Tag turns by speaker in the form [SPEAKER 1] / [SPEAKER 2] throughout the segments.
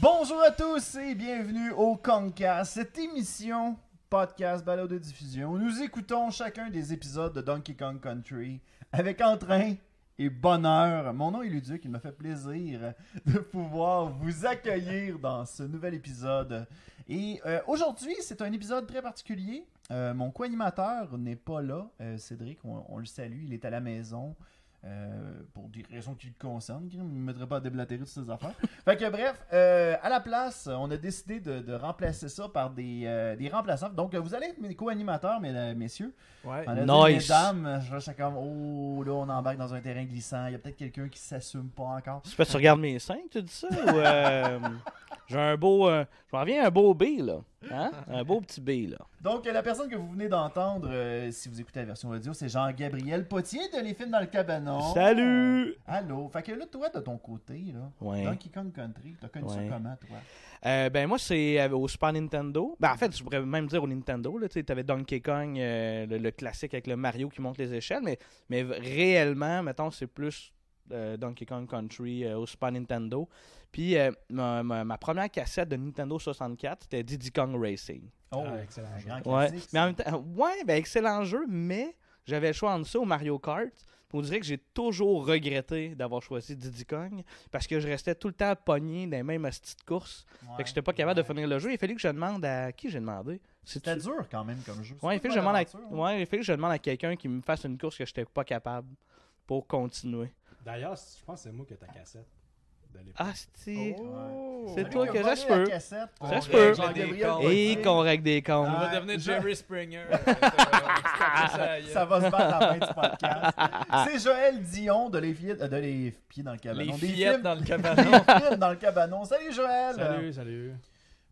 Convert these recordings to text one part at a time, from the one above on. [SPEAKER 1] Bonjour à tous et bienvenue au Concast, cette émission podcast balado de diffusion où nous écoutons chacun des épisodes de Donkey Kong Country avec entrain et bonheur. Mon nom est Luduc, il me fait plaisir de pouvoir vous accueillir dans ce nouvel épisode. Et euh, aujourd'hui, c'est un épisode très particulier. Euh, mon co-animateur n'est pas là, euh, Cédric, on, on le salue, il est à la maison. Euh, pour des raisons qui le concernent. Je ne me mettrait pas à déblatérer toutes ces affaires. fait que bref, euh, à la place, on a décidé de, de remplacer ça par des, euh, des remplaçants. Donc, vous allez être mes co-animateurs, mes- euh, messieurs.
[SPEAKER 2] Ouais.
[SPEAKER 1] On a dit,
[SPEAKER 3] Nice.
[SPEAKER 1] mesdames, je suis comme, oh, là, on embarque dans un terrain glissant. Il y a peut-être quelqu'un qui s'assume pas encore.
[SPEAKER 3] Je sais pas si tu regardes mes seins, tu dis ça, ou euh, j'ai un beau, euh, je m'en viens un beau B là, hein? un beau petit B là.
[SPEAKER 1] Donc, euh, la personne que vous venez d'entendre, euh, si vous écoutez la version audio, c'est Jean-Gabriel Potier de Les Films dans le Cabanon.
[SPEAKER 3] Salut.
[SPEAKER 1] Allô. Fait que là, toi, de ton côté, là,
[SPEAKER 3] Ouais.
[SPEAKER 1] Donkey Kong Country, t'as connu ça
[SPEAKER 3] Ouais.
[SPEAKER 1] comment, toi?
[SPEAKER 3] Euh, ben moi c'est euh, au Super Nintendo. Ben en fait je pourrais même dire au Nintendo là, tu sais, t'avais Donkey Kong, euh, le, le classique avec le Mario qui monte les échelles, mais mais v- réellement, mettons c'est plus euh, Donkey Kong Country euh, au Super Nintendo. Puis euh, ma, ma- ma première cassette de Nintendo 64 c'était Diddy Kong Racing.
[SPEAKER 1] Oh,
[SPEAKER 2] Ah, excellent
[SPEAKER 1] un
[SPEAKER 2] jeu.
[SPEAKER 1] grand
[SPEAKER 3] Ouais.
[SPEAKER 1] classique,
[SPEAKER 3] Mais
[SPEAKER 1] ça.
[SPEAKER 3] en même temps, ouais, ben excellent jeu, mais j'avais le choix entre ça au Mario Kart. On dirait que j'ai toujours regretté d'avoir choisi Diddy Kong parce que je restais tout le temps pogné dans les mêmes petites courses. fait
[SPEAKER 1] Ouais.
[SPEAKER 3] que j'étais pas capable
[SPEAKER 1] Ouais.
[SPEAKER 3] de finir le jeu. Il a fallu que je demande à qui j'ai demandé. C'est
[SPEAKER 1] C'était dur quand même comme jeu.
[SPEAKER 3] Ouais, il
[SPEAKER 1] C'est
[SPEAKER 3] fait
[SPEAKER 1] pas
[SPEAKER 3] que je demande à...
[SPEAKER 1] l'aventure, hein.
[SPEAKER 3] ouais, il a fallu que je demande à quelqu'un qui me fasse une course que j'étais pas capable pour continuer.
[SPEAKER 2] D'ailleurs, je pense que c'est moi qui ai ta cassette de l'époque.
[SPEAKER 3] Ah, c'est
[SPEAKER 1] Oh.
[SPEAKER 3] C'est
[SPEAKER 1] Celui
[SPEAKER 3] toi
[SPEAKER 1] qui a
[SPEAKER 3] que
[SPEAKER 1] volé
[SPEAKER 3] ça se
[SPEAKER 1] la
[SPEAKER 3] peut.
[SPEAKER 1] cassette,
[SPEAKER 3] Ça
[SPEAKER 1] on
[SPEAKER 3] se
[SPEAKER 1] dirait
[SPEAKER 3] peut.
[SPEAKER 1] Jean-Gabriel
[SPEAKER 3] Et
[SPEAKER 1] Gauthier.
[SPEAKER 3] qu'on règle des comptes.
[SPEAKER 4] On
[SPEAKER 1] Ah.
[SPEAKER 4] va devenir
[SPEAKER 1] je-
[SPEAKER 4] Jerry Springer. Euh, ça,
[SPEAKER 1] Ça va se battre à la fin du podcast. C'est Joël Dion de les, fillettes- euh, de les pieds dans le cabanon.
[SPEAKER 4] Les
[SPEAKER 1] Des
[SPEAKER 4] fillettes
[SPEAKER 1] films-
[SPEAKER 4] dans le
[SPEAKER 1] des
[SPEAKER 4] cabanon.
[SPEAKER 1] films dans le cabanon. Salut Joël!
[SPEAKER 2] Salut, salut.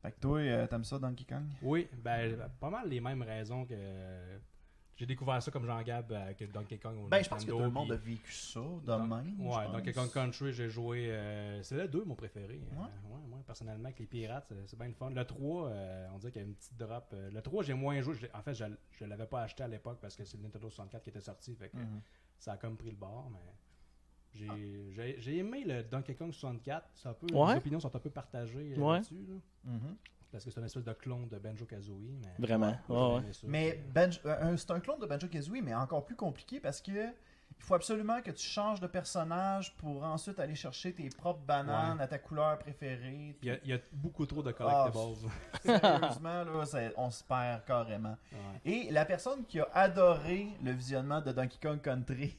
[SPEAKER 1] Fait que toi, euh, t'aimes ça Donkey Kong?
[SPEAKER 2] Oui, ben, pas mal les mêmes raisons que j'ai découvert ça comme Jean-Gab avec Donkey Kong. au
[SPEAKER 1] Ben, je pense que
[SPEAKER 2] Nintendo,
[SPEAKER 1] tout le monde a
[SPEAKER 2] puis-
[SPEAKER 1] vécu ça de
[SPEAKER 2] Don-
[SPEAKER 1] même. je
[SPEAKER 2] Ouais,
[SPEAKER 1] pense.
[SPEAKER 2] Donkey Kong Country, j'ai joué. euh, c'est le 2 mon préféré. Euh,
[SPEAKER 1] Ouais.
[SPEAKER 2] ouais, moi, personnellement, avec les pirates, c'est- c'est bien le fun. Le 3, euh, on dirait qu'il y a une petite drop. Euh, Le 3, j'ai moins joué. Je l'ai- en fait, je, je l'avais pas acheté à l'époque parce que c'est le Nintendo 64 qui était sorti. Fait que
[SPEAKER 1] Mhm.
[SPEAKER 2] ça a comme pris le bord, mais. J'ai
[SPEAKER 1] Ah.
[SPEAKER 2] j'ai- j'ai aimé le Donkey Kong 64. Ça peut,
[SPEAKER 3] Ouais.
[SPEAKER 2] Les opinions sont un peu partagées euh,
[SPEAKER 3] Ouais.
[SPEAKER 2] là-dessus. là.
[SPEAKER 1] Mhm.
[SPEAKER 2] Parce que c'est une espèce de clone de Banjo Kazooie. Mais...
[SPEAKER 3] Vraiment.
[SPEAKER 2] J'ai
[SPEAKER 3] Ouais, ouais.
[SPEAKER 2] aimé ça,
[SPEAKER 1] Mais
[SPEAKER 2] c'est-
[SPEAKER 1] Banjo- euh, un- c'est un clone de Banjo Kazooie, mais encore plus compliqué parce que il faut absolument que tu changes de personnage pour ensuite aller chercher tes propres bananes à ta couleur préférée.
[SPEAKER 2] Il y, a, il y a beaucoup
[SPEAKER 1] Ah,
[SPEAKER 2] trop de collectibles.
[SPEAKER 1] Sérieusement, là, ça- on se perd carrément.
[SPEAKER 2] Ouais.
[SPEAKER 1] Et la personne qui a adoré le visionnement de Donkey Kong Country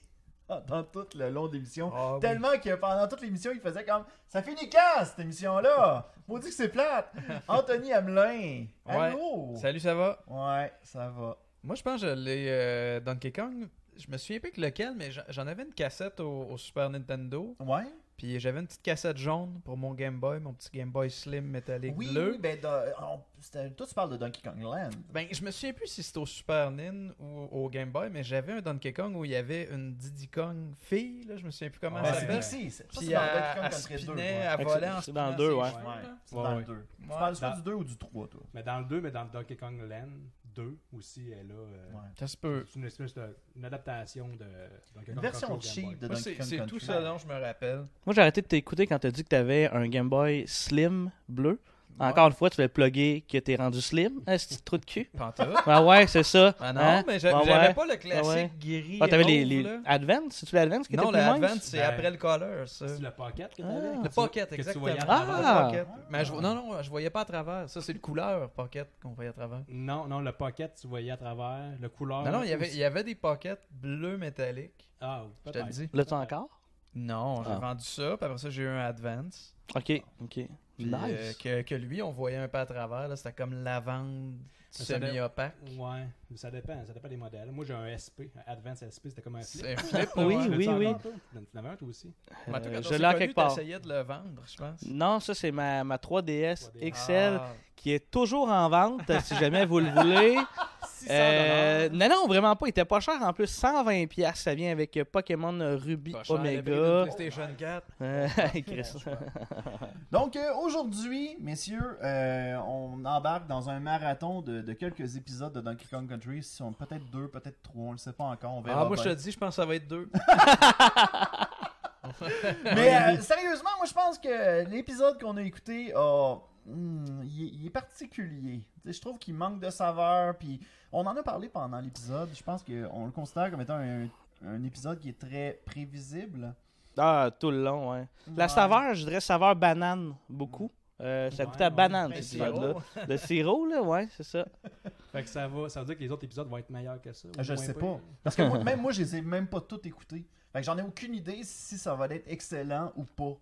[SPEAKER 1] pendant tout le long de l'émission, tellement que pendant toute l'émission, il faisait comme Ça finit quand cette émission-là Maudit que c'est plate Anthony Hamelin Allô
[SPEAKER 4] Salut, ça va?
[SPEAKER 1] Ouais, ça va.
[SPEAKER 4] Moi, je pense que je l'ai euh, Donkey Kong. Je me souviens plus que lequel, mais j'en- j'en avais une cassette au, au Super Nintendo.
[SPEAKER 1] Ouais
[SPEAKER 4] Puis j'avais une petite cassette jaune pour mon Game Boy, mon petit Game Boy Slim métallique
[SPEAKER 1] Oui,
[SPEAKER 4] bleu.
[SPEAKER 1] ben, dans- on- c'était- toi, tu parles de Donkey Kong Land.
[SPEAKER 4] Ben, je me souviens plus si c'était au Super Nin ou au Game Boy, mais j'avais un Donkey Kong où il y avait une Diddy Kong fille, là, je me souviens plus comment
[SPEAKER 2] Ouais,
[SPEAKER 4] elle
[SPEAKER 1] Ben, c'est
[SPEAKER 4] s'appelle.
[SPEAKER 1] Pixie. c'est- Ça,
[SPEAKER 4] Puis
[SPEAKER 1] c'est
[SPEAKER 4] elle,
[SPEAKER 1] dans Donkey Kong
[SPEAKER 4] elle
[SPEAKER 1] Country 2.
[SPEAKER 4] spinait,
[SPEAKER 1] ouais.
[SPEAKER 4] elle volait en
[SPEAKER 3] C'est dans le
[SPEAKER 4] spinant
[SPEAKER 3] deux,
[SPEAKER 4] ses
[SPEAKER 3] ouais.
[SPEAKER 4] cheveux,
[SPEAKER 1] Ouais.
[SPEAKER 4] là.
[SPEAKER 1] C'est dans
[SPEAKER 2] Ouais.
[SPEAKER 1] le 2. Tu
[SPEAKER 4] Ouais.
[SPEAKER 1] parles soit
[SPEAKER 2] Dans-
[SPEAKER 1] du 2 ou du 3, toi
[SPEAKER 2] Mais dans le 2, mais dans le Donkey Kong Land 2 aussi, elle a. euh,
[SPEAKER 1] Ouais.
[SPEAKER 4] Ça se peut.
[SPEAKER 2] C'est une espèce de. Une adaptation de Donkey Kong
[SPEAKER 1] Une version
[SPEAKER 2] Country au
[SPEAKER 1] cheap
[SPEAKER 2] Game
[SPEAKER 1] de
[SPEAKER 4] Moi,
[SPEAKER 1] Donkey
[SPEAKER 4] c'est
[SPEAKER 1] Kong
[SPEAKER 4] c'est
[SPEAKER 1] Country.
[SPEAKER 4] tout ça dont je me rappelle.
[SPEAKER 3] Moi, j'ai arrêté de t'écouter quand t'as dit que t'avais un Game Boy Slim bleu. Encore une fois, tu l'as plugger que t'es rendu slim. Ah, c'est trou de cul.
[SPEAKER 4] Pas en tout.
[SPEAKER 3] Ah ouais, c'est ça.
[SPEAKER 4] Ah non,
[SPEAKER 3] Hein?
[SPEAKER 4] mais j'a-
[SPEAKER 3] Ah
[SPEAKER 4] j'avais
[SPEAKER 3] ouais.
[SPEAKER 4] pas le classique
[SPEAKER 3] ouais.
[SPEAKER 4] gris.
[SPEAKER 3] Ah, t'avais
[SPEAKER 4] et
[SPEAKER 3] les,
[SPEAKER 4] mauve,
[SPEAKER 3] les
[SPEAKER 4] là.
[SPEAKER 3] Advance? C'est-tu l'Advance qui
[SPEAKER 4] Non,
[SPEAKER 3] était
[SPEAKER 4] le
[SPEAKER 3] plus mince?
[SPEAKER 4] Advance, c'est
[SPEAKER 2] Ben,
[SPEAKER 4] après le Color, ça.
[SPEAKER 2] Boy. C'est le Pocket que t'avais
[SPEAKER 3] Ah.
[SPEAKER 2] que
[SPEAKER 4] Le
[SPEAKER 2] tu-
[SPEAKER 4] Pocket,
[SPEAKER 2] que tu
[SPEAKER 4] exactement.
[SPEAKER 2] voyais à travers.
[SPEAKER 3] Ah!
[SPEAKER 4] Le Pocket. Mais je, vo- non, non, je voyais pas à travers. Ça, c'est le couleur Pocket qu'on voyait à travers.
[SPEAKER 2] Non, non, le Pocket, tu voyais à travers. Le couleur.
[SPEAKER 4] Non, non, il y avait,
[SPEAKER 2] aussi.
[SPEAKER 4] il y avait des Pockets bleus métalliques.
[SPEAKER 2] Ah,
[SPEAKER 4] Je te le
[SPEAKER 2] peut-être.
[SPEAKER 4] dis.
[SPEAKER 3] L'as-tu encore?
[SPEAKER 4] Non, j'ai
[SPEAKER 3] Ah.
[SPEAKER 4] vendu ça, puis après ça, j'ai eu un Advance.
[SPEAKER 3] Ok, ok.
[SPEAKER 4] Puis, euh, que, que lui, on voyait un peu à travers. là, C'était comme lavande
[SPEAKER 2] ça dé-
[SPEAKER 4] semi-opaque.
[SPEAKER 2] Ouais, mais ça dépend, ça dépend des modèles. Moi j'ai un SP, un Advanced SP, c'était comme un flip.
[SPEAKER 4] C'est un flip,
[SPEAKER 3] Oui,
[SPEAKER 4] ouais.
[SPEAKER 3] oui,
[SPEAKER 2] Tu en
[SPEAKER 3] oui.
[SPEAKER 2] as un, toi? Tu en avais un toi aussi.
[SPEAKER 4] Mais en tout cas,
[SPEAKER 3] Euh,
[SPEAKER 4] quand
[SPEAKER 3] je
[SPEAKER 4] on s'est
[SPEAKER 3] l'ai à
[SPEAKER 4] connus,
[SPEAKER 3] quelque part.
[SPEAKER 4] t'essayais de le vendre, je pense.
[SPEAKER 3] Non, ça, c'est ma, ma 3DS
[SPEAKER 2] 3DS.
[SPEAKER 3] XL
[SPEAKER 4] Ah.
[SPEAKER 3] qui est toujours en vente, si jamais vous le voulez.
[SPEAKER 1] 600
[SPEAKER 3] Euh, non, non, vraiment pas. Il était pas cher. En plus, 120$, piastres, ça vient avec euh, Pokémon Ruby
[SPEAKER 4] Pas cher, le prix d'une
[SPEAKER 3] Omega.
[SPEAKER 4] PlayStation 4.
[SPEAKER 3] Euh, Chris.
[SPEAKER 1] Donc euh, aujourd'hui, messieurs, euh, on embarque dans un marathon de, de quelques épisodes de Donkey Kong Country. Si on peut-être deux, peut-être trois, on le sait pas encore. On verra.
[SPEAKER 4] Ah, moi, je te
[SPEAKER 1] bien.
[SPEAKER 4] dis, je pense que ça va être deux.
[SPEAKER 1] Mais euh, sérieusement, moi je pense que l'épisode qu'on a écouté a- hmm, il, est- il est particulier. Tu sais, Je trouve qu'il manque de saveur. Puis on en a parlé pendant l'épisode. Je pense qu'on le considère comme étant un, un épisode qui est très prévisible.
[SPEAKER 3] Ah, tout le long, ouais. La
[SPEAKER 1] Ouais.
[SPEAKER 3] saveur, je dirais saveur banane, beaucoup. Euh, ça
[SPEAKER 2] Ouais,
[SPEAKER 3] goûtait à
[SPEAKER 2] ouais.
[SPEAKER 3] banane,
[SPEAKER 2] Ben,
[SPEAKER 3] cet
[SPEAKER 2] sirop.
[SPEAKER 3] épisode-là. Le sirop, là, ouais, c'est ça.
[SPEAKER 2] Fait que ça va, ça veut dire que les autres épisodes vont être meilleurs que ça. ou
[SPEAKER 1] Je
[SPEAKER 2] moins
[SPEAKER 1] sais
[SPEAKER 2] pires.
[SPEAKER 1] pas. Parce que moi- même moi, je les ai même pas toutes écoutées. Fait que j'en ai aucune idée si ça va être excellent ou pas.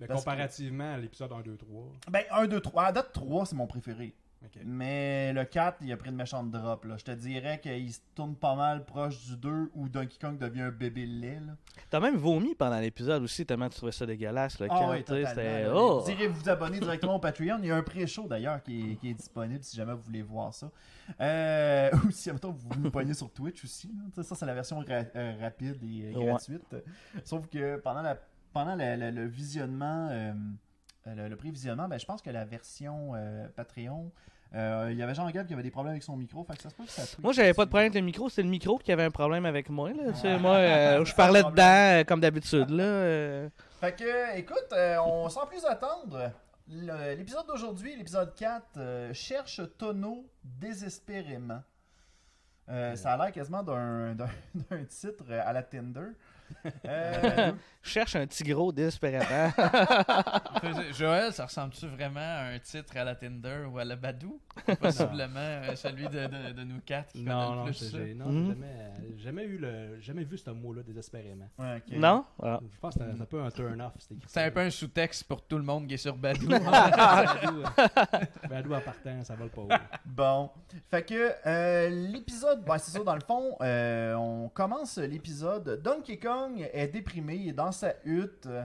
[SPEAKER 2] Mais
[SPEAKER 1] Parce que-
[SPEAKER 2] comparativement à l'épisode 1, 2, 3.
[SPEAKER 1] Ben, 1, 2, 3. À date, 3, c'est mon préféré.
[SPEAKER 2] ok.
[SPEAKER 1] Mais le 4, il a pris une méchante drop. Là. Je te dirais qu'il se tourne pas mal proche du 2 où Donkey Kong devient un bébé lait. Là.
[SPEAKER 3] T'as même vomi pendant l'épisode aussi, tellement tu trouvais ça dégueulasse. Le camp, tu sais,
[SPEAKER 1] Ah totalement,
[SPEAKER 3] c'était.
[SPEAKER 1] là.
[SPEAKER 3] Oh!
[SPEAKER 1] Vous irez vous abonner directement au Patreon. Il y a un pré-show d'ailleurs qui, est- qui est disponible si jamais vous voulez voir ça. Euh, ou si, mettons, vous nous pognez sur Twitch aussi. là. Tu sais, Ça, c'est la version ra- euh, rapide et euh,
[SPEAKER 3] Ouais.
[SPEAKER 1] gratuite. Sauf que pendant, la, pendant la- la- le visionnement, euh, euh, le, le prévisionnement, ben, je pense que la version euh, Patreon, euh, il y avait Jean-Gab qui avait des problèmes avec son micro. Fait que ça se peut que ça tweet
[SPEAKER 3] Moi, j'avais pas
[SPEAKER 1] aussi.
[SPEAKER 3] de problème avec le micro, c'était le micro qui avait un problème avec moi. Là. Tu sais,
[SPEAKER 1] Ouais.
[SPEAKER 3] moi, euh, je parlais
[SPEAKER 1] Sans
[SPEAKER 3] dedans,
[SPEAKER 1] problème.
[SPEAKER 3] euh, comme d'habitude. là. euh.
[SPEAKER 1] Fait que, écoute, euh, on sans plus attendre, le- l'épisode d'aujourd'hui, l'épisode 4, euh, cherche Tono désespérément. Euh, Ça a l'air quasiment d'un d'un- d'un titre à la Tinder. Euh,
[SPEAKER 3] Je cherche un petit gros désespérément.
[SPEAKER 4] Faisais- Joël, ça ressemble-tu vraiment à un titre à la Tinder ou à la Badou Possiblement euh, celui de, de, de nous quatre qui
[SPEAKER 2] Non,
[SPEAKER 4] connaît
[SPEAKER 2] Ah non,
[SPEAKER 4] le
[SPEAKER 2] c'est-
[SPEAKER 4] plus ça.
[SPEAKER 2] j'ai non,
[SPEAKER 3] Mhm.
[SPEAKER 2] j'ai jamais, euh, jamais, eu le, jamais vu ce mot-là désespérément.
[SPEAKER 1] ouais, ok.
[SPEAKER 3] non? Ah.
[SPEAKER 2] Je pense que c'est un- c'est un peu un turn-off.
[SPEAKER 4] C'est un peu un sous-texte pour tout le monde qui est sur Badou.
[SPEAKER 2] Ben, Badou euh, ben, en partant, ça va le pas. haut.
[SPEAKER 1] Bon. Fait que euh, l'épisode, ben, c'est ça, dans le fond, euh, on commence l'épisode. Donkey Kong est déprimé, il est dans sa hutte. euh,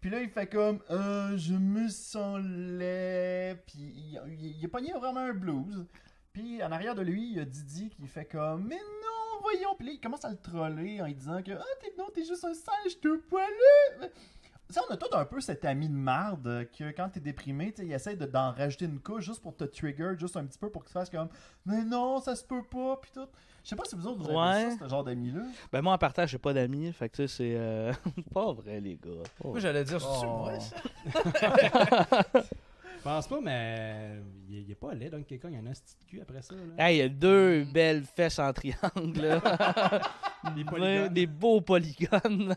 [SPEAKER 1] Puis là, il fait comme Euh, Je me sens laid. Puis il, il, il est pogné vraiment un blues. Puis en arrière de lui, il y a Didi qui fait comme Mais non, voyons. Puis là, il commence à le troller en lui disant que Ah, t'es non, t'es juste un singe tout poilu. Tu sais, on a tout un peu cet ami de marde que quand t'es déprimé, tu sais, il essaie de- d'en rajouter une couche juste pour te trigger, juste un petit peu pour qu'il se fasse comme Mais non, ça se peut pas, puis tout. Je sais pas si vous autres vous avez
[SPEAKER 3] Ouais.
[SPEAKER 1] ça, ce genre d'amis-là.
[SPEAKER 3] Ben, moi, en partage, j'ai pas d'amis. Fait que, tu sais, c'est. euh, pas vrai, les gars. Pas
[SPEAKER 4] Moi,
[SPEAKER 3] vrai.
[SPEAKER 4] j'allais dire,
[SPEAKER 1] Oh.
[SPEAKER 4] c'est-tu moi, ça?
[SPEAKER 2] Je pense pas, mais euh, il est- il est pas laid. Donc, quelqu'un, il y a un hostie de cul après ça. Là.
[SPEAKER 3] Hey, il y a deux belles fesses en triangle. là.
[SPEAKER 1] Ah,
[SPEAKER 2] Des
[SPEAKER 3] Plein-
[SPEAKER 2] polygones.
[SPEAKER 3] Des beaux polygones.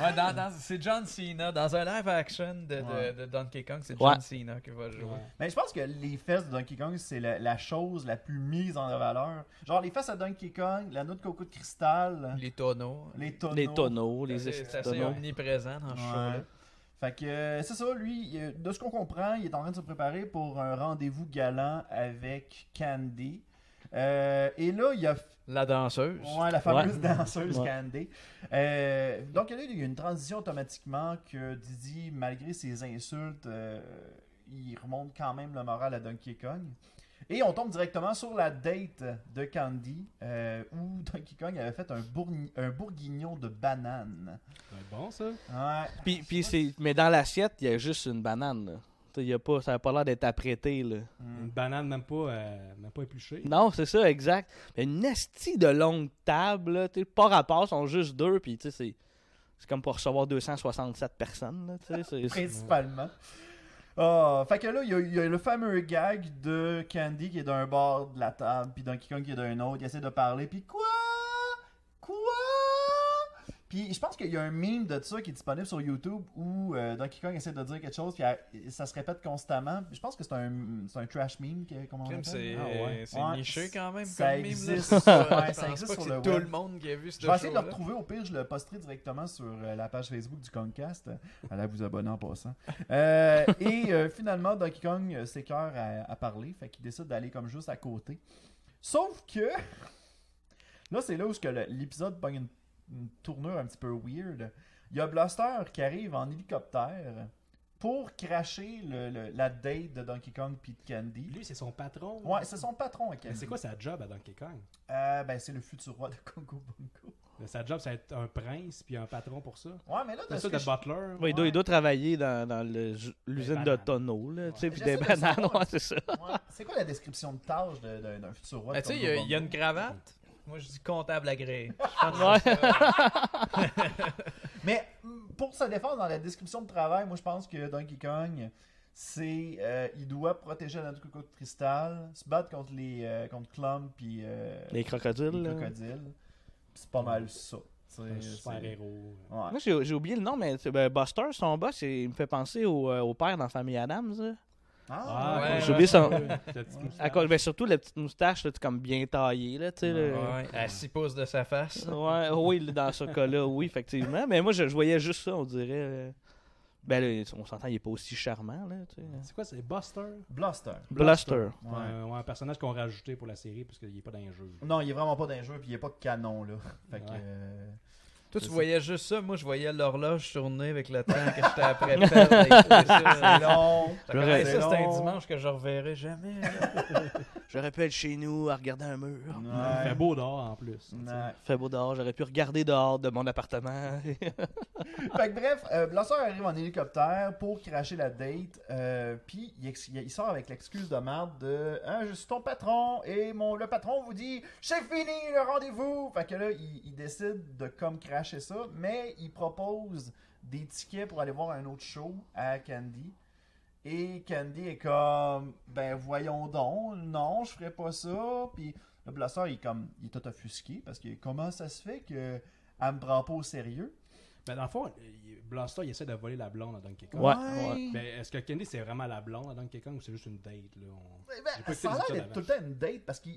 [SPEAKER 4] Ouais, dans- dans- c'est John Cena. Dans un live action de, de-
[SPEAKER 1] Ouais.
[SPEAKER 4] de Donkey Kong, c'est John
[SPEAKER 3] Ouais.
[SPEAKER 4] Cena qui va jouer.
[SPEAKER 2] Ouais.
[SPEAKER 1] Mais je pense que les fesses de Donkey Kong, c'est la, la chose la plus mise en valeur. Genre les fesses à Donkey Kong, la noix de coco de cristal,
[SPEAKER 4] Les tonneaux. Ah,
[SPEAKER 1] les tonneaux.
[SPEAKER 3] les tonneaux, les
[SPEAKER 4] C'est assez-
[SPEAKER 3] estis
[SPEAKER 4] c'est
[SPEAKER 3] de
[SPEAKER 4] assez
[SPEAKER 3] tonneaux.
[SPEAKER 4] omniprésent dans ce
[SPEAKER 1] Ouais.
[SPEAKER 4] show-là.
[SPEAKER 1] Fait que euh, c'est ça, lui, euh, de ce qu'on comprend, il est en train de se préparer pour un rendez-vous galant avec Candy. Euh, et là, il y a
[SPEAKER 4] La danseuse.
[SPEAKER 1] Ouais, la fameuse danseuse
[SPEAKER 3] Ouais.
[SPEAKER 1] Candy. Euh, donc là, il y a une transition automatiquement que Didi, malgré ses insultes, euh, il remonte quand même le moral à Donkey Kong. Et on tombe directement sur la date de Candy, euh, où Donkey Kong avait fait un, bourgni- un bourguignon de banane.
[SPEAKER 2] C'est bon, ça.
[SPEAKER 1] Ouais.
[SPEAKER 3] Puis, puis c'est... Mais dans l'assiette, il y a juste une banane. là. Tu sais, il y a pas... Ça a pas l'air d'être apprêté. Là.
[SPEAKER 1] Hmm.
[SPEAKER 2] Une banane, même pas, euh, même pas épluchée.
[SPEAKER 3] Non, c'est ça, exact. Mais une esti de longue table, là, tu sais, pas rapport, sont juste deux, puis tu sais, c'est. C'est comme pour recevoir 267 personnes, là, tu sais, c'est- c'est-
[SPEAKER 1] Principalement. Ah, fait que là, il y, a- il y a le fameux gag de Candy qui est d'un bord de la table, puis Donkey Kong qui est d'un autre. Il essaie de parler, puis quoi Quoi Puis je pense qu'il y a un meme de ça qui est disponible sur YouTube où euh, Donkey Kong essaie de dire quelque chose, puis elle- ça se répète constamment. Je pense que c'est un, c'est un trash meme, que- comment on
[SPEAKER 4] Crime,
[SPEAKER 1] appelle
[SPEAKER 4] C'est
[SPEAKER 1] Ah ouais.
[SPEAKER 4] c'est
[SPEAKER 1] Ouais,
[SPEAKER 4] niché quand même.
[SPEAKER 1] ça
[SPEAKER 4] comme meme, là.
[SPEAKER 1] existe.
[SPEAKER 4] C'est ça.
[SPEAKER 1] Ouais,
[SPEAKER 4] Je
[SPEAKER 1] ça
[SPEAKER 4] pense
[SPEAKER 1] existe
[SPEAKER 4] pas
[SPEAKER 1] sur
[SPEAKER 4] que
[SPEAKER 1] le
[SPEAKER 4] c'est tout
[SPEAKER 1] web.
[SPEAKER 4] le monde qui a vu ce
[SPEAKER 1] Je vais essayer de le
[SPEAKER 4] show-là.
[SPEAKER 1] retrouver. Au pire, je le posterai directement sur euh, la page Facebook du Concast. Allez vous abonner en passant. Euh, et euh, finalement, Donkey Kong euh, s'écœure à, à parler. Fait qu'il décide d'aller comme juste à côté. Sauf que... Là, c'est là où ce que le- l'épisode pogne une, une tournure un petit peu weird. Il y a Blaster qui arrive en hélicoptère pour cracher le- le- la date de Donkey Kong puis de Candy.
[SPEAKER 2] Lui, c'est son patron.
[SPEAKER 1] Ouais, c'est son patron à
[SPEAKER 2] Mais c'est
[SPEAKER 1] Candy.
[SPEAKER 2] quoi sa job à Donkey Kong
[SPEAKER 1] Euh, ben, c'est le futur roi de Congo Bongo.
[SPEAKER 2] Mais Sa job, c'est être un prince puis un patron pour ça.
[SPEAKER 1] Ouais, mais là, de
[SPEAKER 2] C'est
[SPEAKER 1] ce
[SPEAKER 2] ça,
[SPEAKER 1] que
[SPEAKER 2] de
[SPEAKER 1] je-
[SPEAKER 2] butler.
[SPEAKER 3] Ouais, il, doit, il doit travailler dans, dans le- l'usine de
[SPEAKER 2] bananes.
[SPEAKER 3] tonneaux, là, tu sais,
[SPEAKER 2] Ouais.
[SPEAKER 3] puis
[SPEAKER 1] J'essaie
[SPEAKER 3] des
[SPEAKER 1] de
[SPEAKER 3] bananes,
[SPEAKER 1] savoir.
[SPEAKER 3] ouais, c'est ça.
[SPEAKER 1] Ouais. C'est quoi la description de tâche de- de- d'un futur roi?
[SPEAKER 4] Ben,
[SPEAKER 1] de
[SPEAKER 4] tu sais, il
[SPEAKER 1] Congo
[SPEAKER 4] y a- il y, a une
[SPEAKER 1] Bongo?
[SPEAKER 4] cravate.
[SPEAKER 5] Moi, je dis comptable agréé. Je pense que
[SPEAKER 3] Ouais.
[SPEAKER 5] c'est ça.
[SPEAKER 1] Mais mm, pour se défendre dans la description de travail, moi je pense que Donkey Kong, c'est euh, il doit protéger notre coucou de cristal, se battre contre les euh, contre Clump puis euh,
[SPEAKER 3] Les crocodiles.
[SPEAKER 1] les
[SPEAKER 3] là.
[SPEAKER 1] crocodiles. Puis C'est pas mal ça. C'est-
[SPEAKER 2] un
[SPEAKER 1] c'est-
[SPEAKER 2] super héros.
[SPEAKER 1] Ouais.
[SPEAKER 3] Moi, j'ai j'ai oublié le nom, mais c'est- ben, Buster, son boss, il me fait penser au, euh, au père dans Famille Adams. là.
[SPEAKER 1] Ah,
[SPEAKER 4] ouais,
[SPEAKER 3] j'ai oublié son- À
[SPEAKER 2] À
[SPEAKER 3] cause- ben, surtout la petite moustache, là, tu sais, comme bien taillée. Là, tu sais,
[SPEAKER 2] Ouais.
[SPEAKER 3] là.
[SPEAKER 5] Ouais, à 6 pouces de sa face.
[SPEAKER 3] Ouais, oui, là, dans ce cas-là, oui, effectivement. Mais moi, je, je voyais juste ça, on dirait. euh, Ben là, on s'entend, il est pas aussi charmant, là, tu sais.
[SPEAKER 2] C'est quoi, c'est Buster?
[SPEAKER 1] Blaster.
[SPEAKER 3] Blaster.
[SPEAKER 2] C'est
[SPEAKER 1] Ouais.
[SPEAKER 2] Un, ouais, un personnage qu'on a rajouté pour la série parce qu'il est pas dans les jeux.
[SPEAKER 1] Non, il est vraiment pas d'un jeu puis il est pas canon là. Fait que
[SPEAKER 2] Ouais.
[SPEAKER 1] euh,
[SPEAKER 5] Toi, tu
[SPEAKER 1] C'est-
[SPEAKER 5] voyais juste ça. Moi, je voyais l'horloge tourner avec le temps que j'étais après pelle.
[SPEAKER 1] c'est long.
[SPEAKER 5] Ça, commence-
[SPEAKER 1] C'est
[SPEAKER 5] ça, c'est un
[SPEAKER 1] long.
[SPEAKER 5] dimanche que je reverrai jamais.
[SPEAKER 3] J'aurais pu être chez nous à regarder un mur.
[SPEAKER 2] Il fait
[SPEAKER 1] Ouais.
[SPEAKER 2] beau dehors en plus.
[SPEAKER 1] Ouais.
[SPEAKER 3] Fait beau dehors, j'aurais pu regarder dehors de mon appartement.
[SPEAKER 1] Fait que bref, euh, Blaster arrive en hélicoptère pour cracher la date, euh, puis il, ex- il sort avec l'excuse de merde de hein, je suis ton patron et mon le patron vous dit c'est fini le rendez-vous. Fait que là il, il décide de comme cracher ça, mais il propose des tickets pour aller voir un autre show à Candy. Et Candy est comme ben voyons donc, non, je ferai pas ça. Puis le Blaster il est comme il est tout offusqué parce que comment ça se fait que elle me prend pas au sérieux
[SPEAKER 2] Ben, dans le fond, il- Blaster, il essaie de voler la blonde à Donkey Kong.
[SPEAKER 3] Ouais.
[SPEAKER 2] Ben, est-ce que Candy, c'est vraiment la blonde à Donkey Kong ou c'est juste une date? Là? On-
[SPEAKER 1] Ben,
[SPEAKER 2] J'ai pas écouté
[SPEAKER 1] ça a
[SPEAKER 2] les
[SPEAKER 1] l'air
[SPEAKER 2] épisodes
[SPEAKER 1] d'être tout le temps une date parce que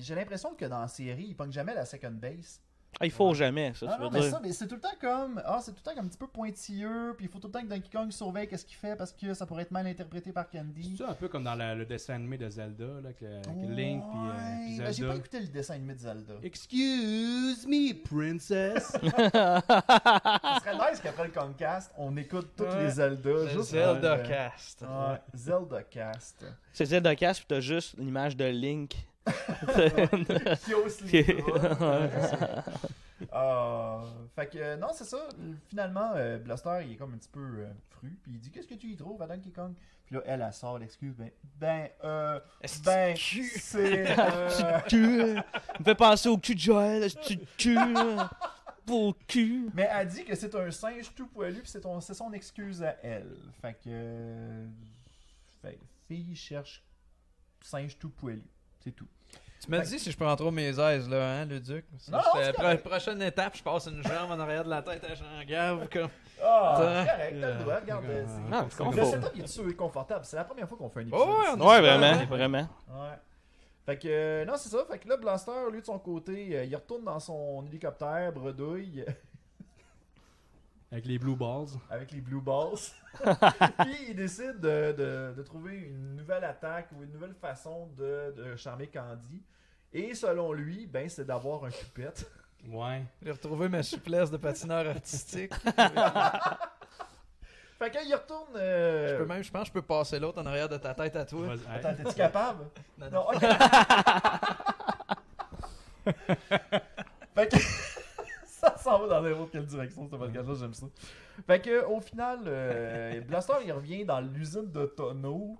[SPEAKER 1] j'ai l'impression que dans la série, il pogne jamais la second base.
[SPEAKER 3] Ah, il faut jamais, ça,
[SPEAKER 1] Ah
[SPEAKER 3] tu
[SPEAKER 1] non,
[SPEAKER 3] veux
[SPEAKER 1] mais
[SPEAKER 3] dire.
[SPEAKER 1] ça, mais c'est tout le temps comme. Ah, c'est tout le temps comme un petit peu pointilleux, puis il faut tout le temps que Donkey Kong surveille qu'est-ce qu'il fait parce que ça pourrait être mal interprété par Candy.
[SPEAKER 2] C'est un peu comme dans la- le dessin animé de Zelda, là, que, que Link puis, euh, puis
[SPEAKER 1] Ouais, ben, j'ai
[SPEAKER 2] Zelda.
[SPEAKER 1] pas écouté le dessin animé de Zelda.
[SPEAKER 2] Excuse me, princess.
[SPEAKER 1] Ce serait nice qu'après le Comcast, on écoute toutes
[SPEAKER 5] Ouais.
[SPEAKER 1] les
[SPEAKER 4] Ben,
[SPEAKER 1] Zelda.
[SPEAKER 5] Le
[SPEAKER 1] juste
[SPEAKER 5] Zelda
[SPEAKER 1] pour, euh,
[SPEAKER 5] Cast.
[SPEAKER 1] ouais, Zelda Cast.
[SPEAKER 3] C'est Zelda Cash, puis t'as juste l'image de Link.
[SPEAKER 1] Qui hausse les bras. Ah, fait que euh, non, c'est ça. Finalement, euh, Blaster, il est comme un petit peu euh, fru. Puis il dit Qu'est-ce que tu y trouves à Donkey Kong Puis là, elle, elle sort l'excuse Ben, ben, euh, ben, c'est. euh,
[SPEAKER 3] cul. euh, me fait penser au cul de Joël, ce petit cul. euh, Beau cul.
[SPEAKER 1] Mais elle dit que c'est un singe tout poilu, puis c'est ton- c'est son excuse à elle. Fait que. euh, Fait, fille cherche singe tout poilu. C'est tout.
[SPEAKER 5] Tu m'as dit si je prends trop mes aises, là, hein, le duc?
[SPEAKER 1] Non, non, c'est
[SPEAKER 5] la
[SPEAKER 1] correct.
[SPEAKER 5] prochaine étape, je passe une jambe en arrière de la tête à Jean-Gave. Comme...
[SPEAKER 1] Ah,
[SPEAKER 5] Ah,
[SPEAKER 1] c'est correct, t'as le droit, regarde.
[SPEAKER 2] euh,
[SPEAKER 1] c'est-
[SPEAKER 3] Non, c'est
[SPEAKER 1] Le
[SPEAKER 3] confort.
[SPEAKER 1] setup, il est sûr et confortable. C'est la première fois qu'on fait un épisode.
[SPEAKER 5] Oh, Ah. ouais, on
[SPEAKER 3] Ouais, vraiment, vraiment.
[SPEAKER 1] Ouais. Fait que, euh, non, c'est ça. Fait que là, Blaster, lui, de son côté, euh, il retourne dans son hélicoptère, bredouille,
[SPEAKER 2] Avec les Blue Balls.
[SPEAKER 1] avec les Blue Balls. Puis il décide de, de- de trouver une nouvelle attaque ou une nouvelle façon de, de charmer Candy. Et selon lui, ben, c'est d'avoir un cupette.
[SPEAKER 2] Ouais.
[SPEAKER 5] J'ai retrouvé ma souplesse de patineur artistique.
[SPEAKER 1] Fait que, il retourne. euh,
[SPEAKER 5] Je peux même, je pense, que je peux passer l'autre en arrière de ta tête à toi.
[SPEAKER 2] Vas-y,
[SPEAKER 1] Attends,
[SPEAKER 2] hey.
[SPEAKER 1] t'es-tu capable?
[SPEAKER 5] Non, non.
[SPEAKER 1] Non, ok. fait que. ça s'en va dans n'importe quelle direction, ce podcast-là, j'aime ça. Fait que, au final, euh, Blaster, il revient dans l'usine de tonneaux.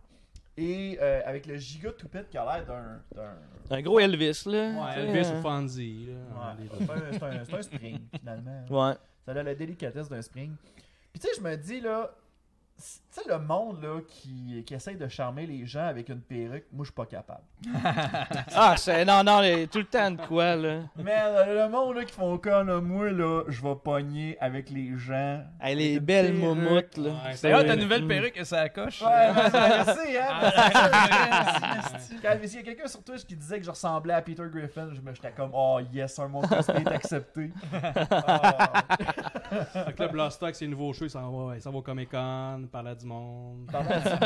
[SPEAKER 1] Et euh, avec le giga toupette qui a l'air d'un. d'un-
[SPEAKER 3] Un gros Elvis, là.
[SPEAKER 2] Ouais,
[SPEAKER 3] tu sais,
[SPEAKER 2] Elvis
[SPEAKER 3] hein.
[SPEAKER 2] ou Fonzie. Là, les
[SPEAKER 1] Ouais,
[SPEAKER 2] deux.
[SPEAKER 1] c'est un- c'est un, c'est un spring, finalement.
[SPEAKER 3] Ouais.
[SPEAKER 1] Ça a la délicatesse d'un spring. Puis tu sais, je me dis, là. Tu sais, le monde là, qui, qui essaye de charmer les gens avec une perruque, moi, je suis pas capable.
[SPEAKER 3] Ah, c'est. Non, non, les- tout le temps de quoi, là.
[SPEAKER 1] Man, le monde là, qui font comme là, moi là, je vais pogner avec les gens.
[SPEAKER 3] Elle est
[SPEAKER 1] Une
[SPEAKER 3] belle
[SPEAKER 1] perruque.
[SPEAKER 3] moumoute, là.
[SPEAKER 2] Ouais,
[SPEAKER 5] D'ailleurs,
[SPEAKER 2] c'est-
[SPEAKER 5] ta
[SPEAKER 3] une-
[SPEAKER 5] nouvelle
[SPEAKER 3] Mm.
[SPEAKER 5] perruque et ça coche.
[SPEAKER 1] Euh, hmm. Ouais, ben, merci, hein.
[SPEAKER 2] Ouais.
[SPEAKER 1] Calme, s'il y a quelqu'un sur Twitch qui disait que je ressemblais à Peter Griffin, je me j'étais comme oh yes, un mon cosplay est accepté. Ah.
[SPEAKER 2] Fait que là, Blaster, avec ses nouveaux shows, il s'en va, il s'en va au Comic Con, parler à du monde.
[SPEAKER 1] Parlant de ça,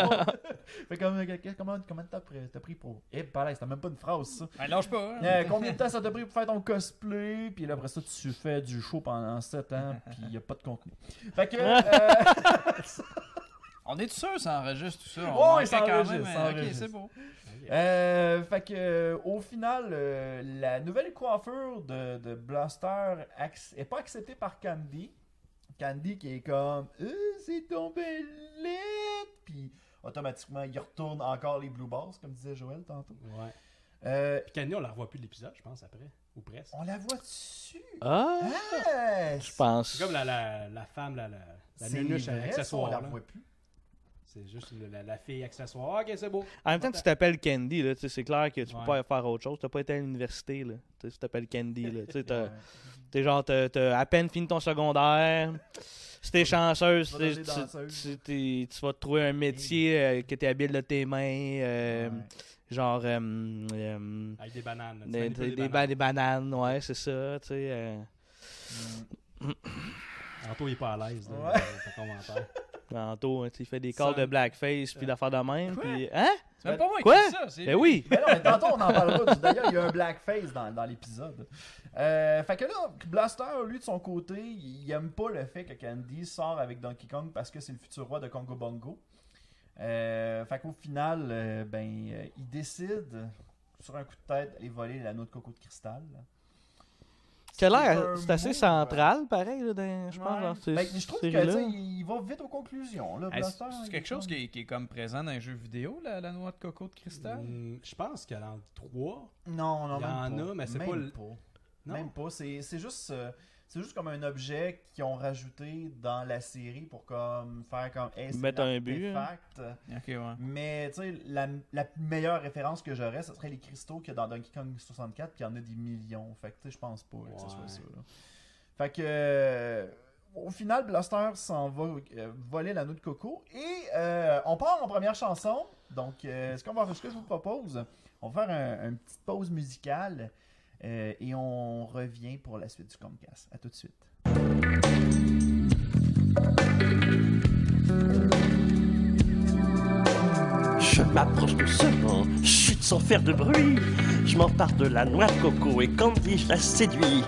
[SPEAKER 1] fait comme, euh, qu'est- comment comment t'as pris, t'as pris pour Eh pareil, c'était même pas une phrase ça.
[SPEAKER 4] Ben,
[SPEAKER 5] Ouais, lâche pas. hein.
[SPEAKER 1] Euh, combien de temps ça t'a pris pour faire ton cosplay Puis là, après ça, tu fais du show pendant 7 ans, puis y a pas de contenu. Fait que euh,
[SPEAKER 4] On est sûr, ça enregistre tout ça.
[SPEAKER 1] Oh,
[SPEAKER 4] On
[SPEAKER 1] oui, ça
[SPEAKER 4] manquait quand
[SPEAKER 1] enregistre,
[SPEAKER 4] même,
[SPEAKER 1] ça
[SPEAKER 4] euh, Ok,
[SPEAKER 1] enregistre.
[SPEAKER 4] c'est beau.
[SPEAKER 1] Euh, fait que euh, au final, euh, la nouvelle coiffure de, de Blaster ac- est pas acceptée par Candy. Candy qui est comme Euh, c'est tombé laid puis automatiquement il retourne encore les Blue Balls comme disait Joël tantôt.
[SPEAKER 2] Ouais.
[SPEAKER 1] Euh,
[SPEAKER 2] Puis Candy, on la revoit plus de l'épisode, je pense, après. Ou presque.
[SPEAKER 1] On la voit dessus.
[SPEAKER 3] Ah,
[SPEAKER 1] Yes!
[SPEAKER 3] je pense.
[SPEAKER 2] C'est comme la, la, la femme, la, la, la
[SPEAKER 1] C'est
[SPEAKER 2] nunuche
[SPEAKER 1] vrai, ça,
[SPEAKER 2] accessoire.
[SPEAKER 1] On la
[SPEAKER 2] là.
[SPEAKER 1] voit plus.
[SPEAKER 2] C'est juste le- la, la fille accessoire. Ok, c'est beau.
[SPEAKER 3] En même temps, tu t'appelles Candy, là, tu sais, c'est clair que tu
[SPEAKER 2] Ouais.
[SPEAKER 3] peux pas faire autre chose. T'as pas été à l'université, là. Tu sais, tu t'appelles Candy, là. Tu sais, t'as- t'es genre, t'as t'as à peine fini ton secondaire. Si t'es chanceuse,
[SPEAKER 1] Tu vas
[SPEAKER 3] t'es-
[SPEAKER 1] devenir
[SPEAKER 3] tu,
[SPEAKER 1] danseuse.
[SPEAKER 3] tu- t'es- tu vas te trouver un métier euh, que t'es habile de tes mains. euh,
[SPEAKER 1] Ouais.
[SPEAKER 3] Genre, euh, euh,
[SPEAKER 2] Avec des bananes. là. Tu
[SPEAKER 3] des,
[SPEAKER 2] manipules
[SPEAKER 3] des- des ba-
[SPEAKER 2] bananes.
[SPEAKER 3] des bananes, ouais, c'est ça, tu sais. euh.
[SPEAKER 2] Anto, il est pas à l'aise. là,
[SPEAKER 1] Ouais.
[SPEAKER 2] dans son commentaire.
[SPEAKER 3] Tantôt, hein, tu sais, il fait des calls
[SPEAKER 2] Ça-
[SPEAKER 3] de blackface, puis
[SPEAKER 2] Euh.
[SPEAKER 3] d'affaires de même, puis... Hein?
[SPEAKER 4] C'est même pas moi qui
[SPEAKER 3] Quoi?
[SPEAKER 4] dis ça. c'est
[SPEAKER 3] Ben
[SPEAKER 4] lui.
[SPEAKER 3] oui!
[SPEAKER 1] Mais non, mais tantôt, on en parlera. D'ailleurs, il y a un blackface dans, dans l'épisode. Euh, fait que là, Blaster, lui, de son côté, il il aime pas le fait que Candy sort avec Donkey Kong parce que c'est le futur roi de Congo Bongo. Euh, fait qu'au final, euh, ben, euh, il décide, sur un coup de tête, d'aller voler l'anneau de coco de cristal.
[SPEAKER 3] C'est
[SPEAKER 1] un
[SPEAKER 3] l'air, c'est assez
[SPEAKER 1] move,
[SPEAKER 3] central, pareil, là, dans- je pense,
[SPEAKER 1] Ouais.
[SPEAKER 3] dans ces-
[SPEAKER 1] Ben, je trouve
[SPEAKER 3] ces
[SPEAKER 1] que, tu
[SPEAKER 3] séries-là.
[SPEAKER 1] sais, il il va vite aux conclusions. Là,
[SPEAKER 4] Hey,
[SPEAKER 1] Blaster, hein,
[SPEAKER 4] c'est-
[SPEAKER 1] il
[SPEAKER 4] C'est quelque
[SPEAKER 1] est
[SPEAKER 4] chose
[SPEAKER 1] comme-
[SPEAKER 4] qui est, qui est comme présent dans un jeu vidéo, la, la noix de coco de cristal.
[SPEAKER 2] Hum, Je pense que dans le 3,
[SPEAKER 1] Non, non,
[SPEAKER 2] Il y
[SPEAKER 1] même
[SPEAKER 2] en
[SPEAKER 1] pas.
[SPEAKER 2] a, mais c'est
[SPEAKER 1] Même
[SPEAKER 2] pas le- non?
[SPEAKER 1] Même pas. C'est c'est juste, euh, c'est juste comme un objet qu'ils ont rajouté dans la série pour comme faire comme. Hey, c'est
[SPEAKER 3] Mettre un but, hein.
[SPEAKER 1] artefact.
[SPEAKER 4] Ok, ouais.
[SPEAKER 1] Mais tu sais, la, la meilleure référence que j'aurais, ce serait les cristaux qu'il y a dans Donkey Kong 64, puis il y en a des millions. Fait que tu sais, je pense pas que ce soit
[SPEAKER 2] Ouais.
[SPEAKER 1] ça. là. Fait que. euh, Au final, Blaster s'en va euh, voler l'anneau de coco. Et euh, on part en première chanson. Donc, euh, ce, qu'on va, ce que je vous propose, on va faire un- une petite pause musicale euh, et on revient pour la suite du Comcast. À tout de suite.
[SPEAKER 6] Je m'approche doucement, chute sans faire de bruit. Je m'empare de la noix de coco et Candy, je la séduis.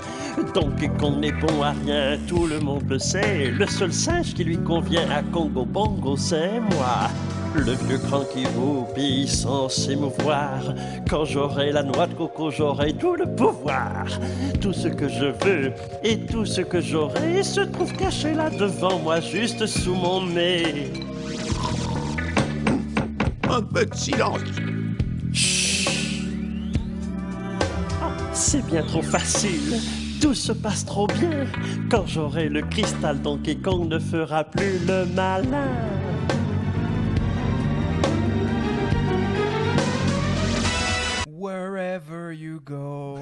[SPEAKER 6] Donkey Kong n'est bon à rien, tout le monde le sait. Le seul singe qui lui convient à Congo Bongo, c'est moi. Le vieux cran qui roupille sans s'émouvoir. Quand j'aurai la noix de coco, j'aurai tout le pouvoir. Tout ce que je veux et tout ce que j'aurai se trouve caché là devant moi, juste sous mon nez.
[SPEAKER 7] Un peu de silence.
[SPEAKER 6] C'est bien trop facile, tout se passe trop bien. Quand j'aurai le cristal, Donkey Kong ne fera plus le malin.
[SPEAKER 4] Wherever you go,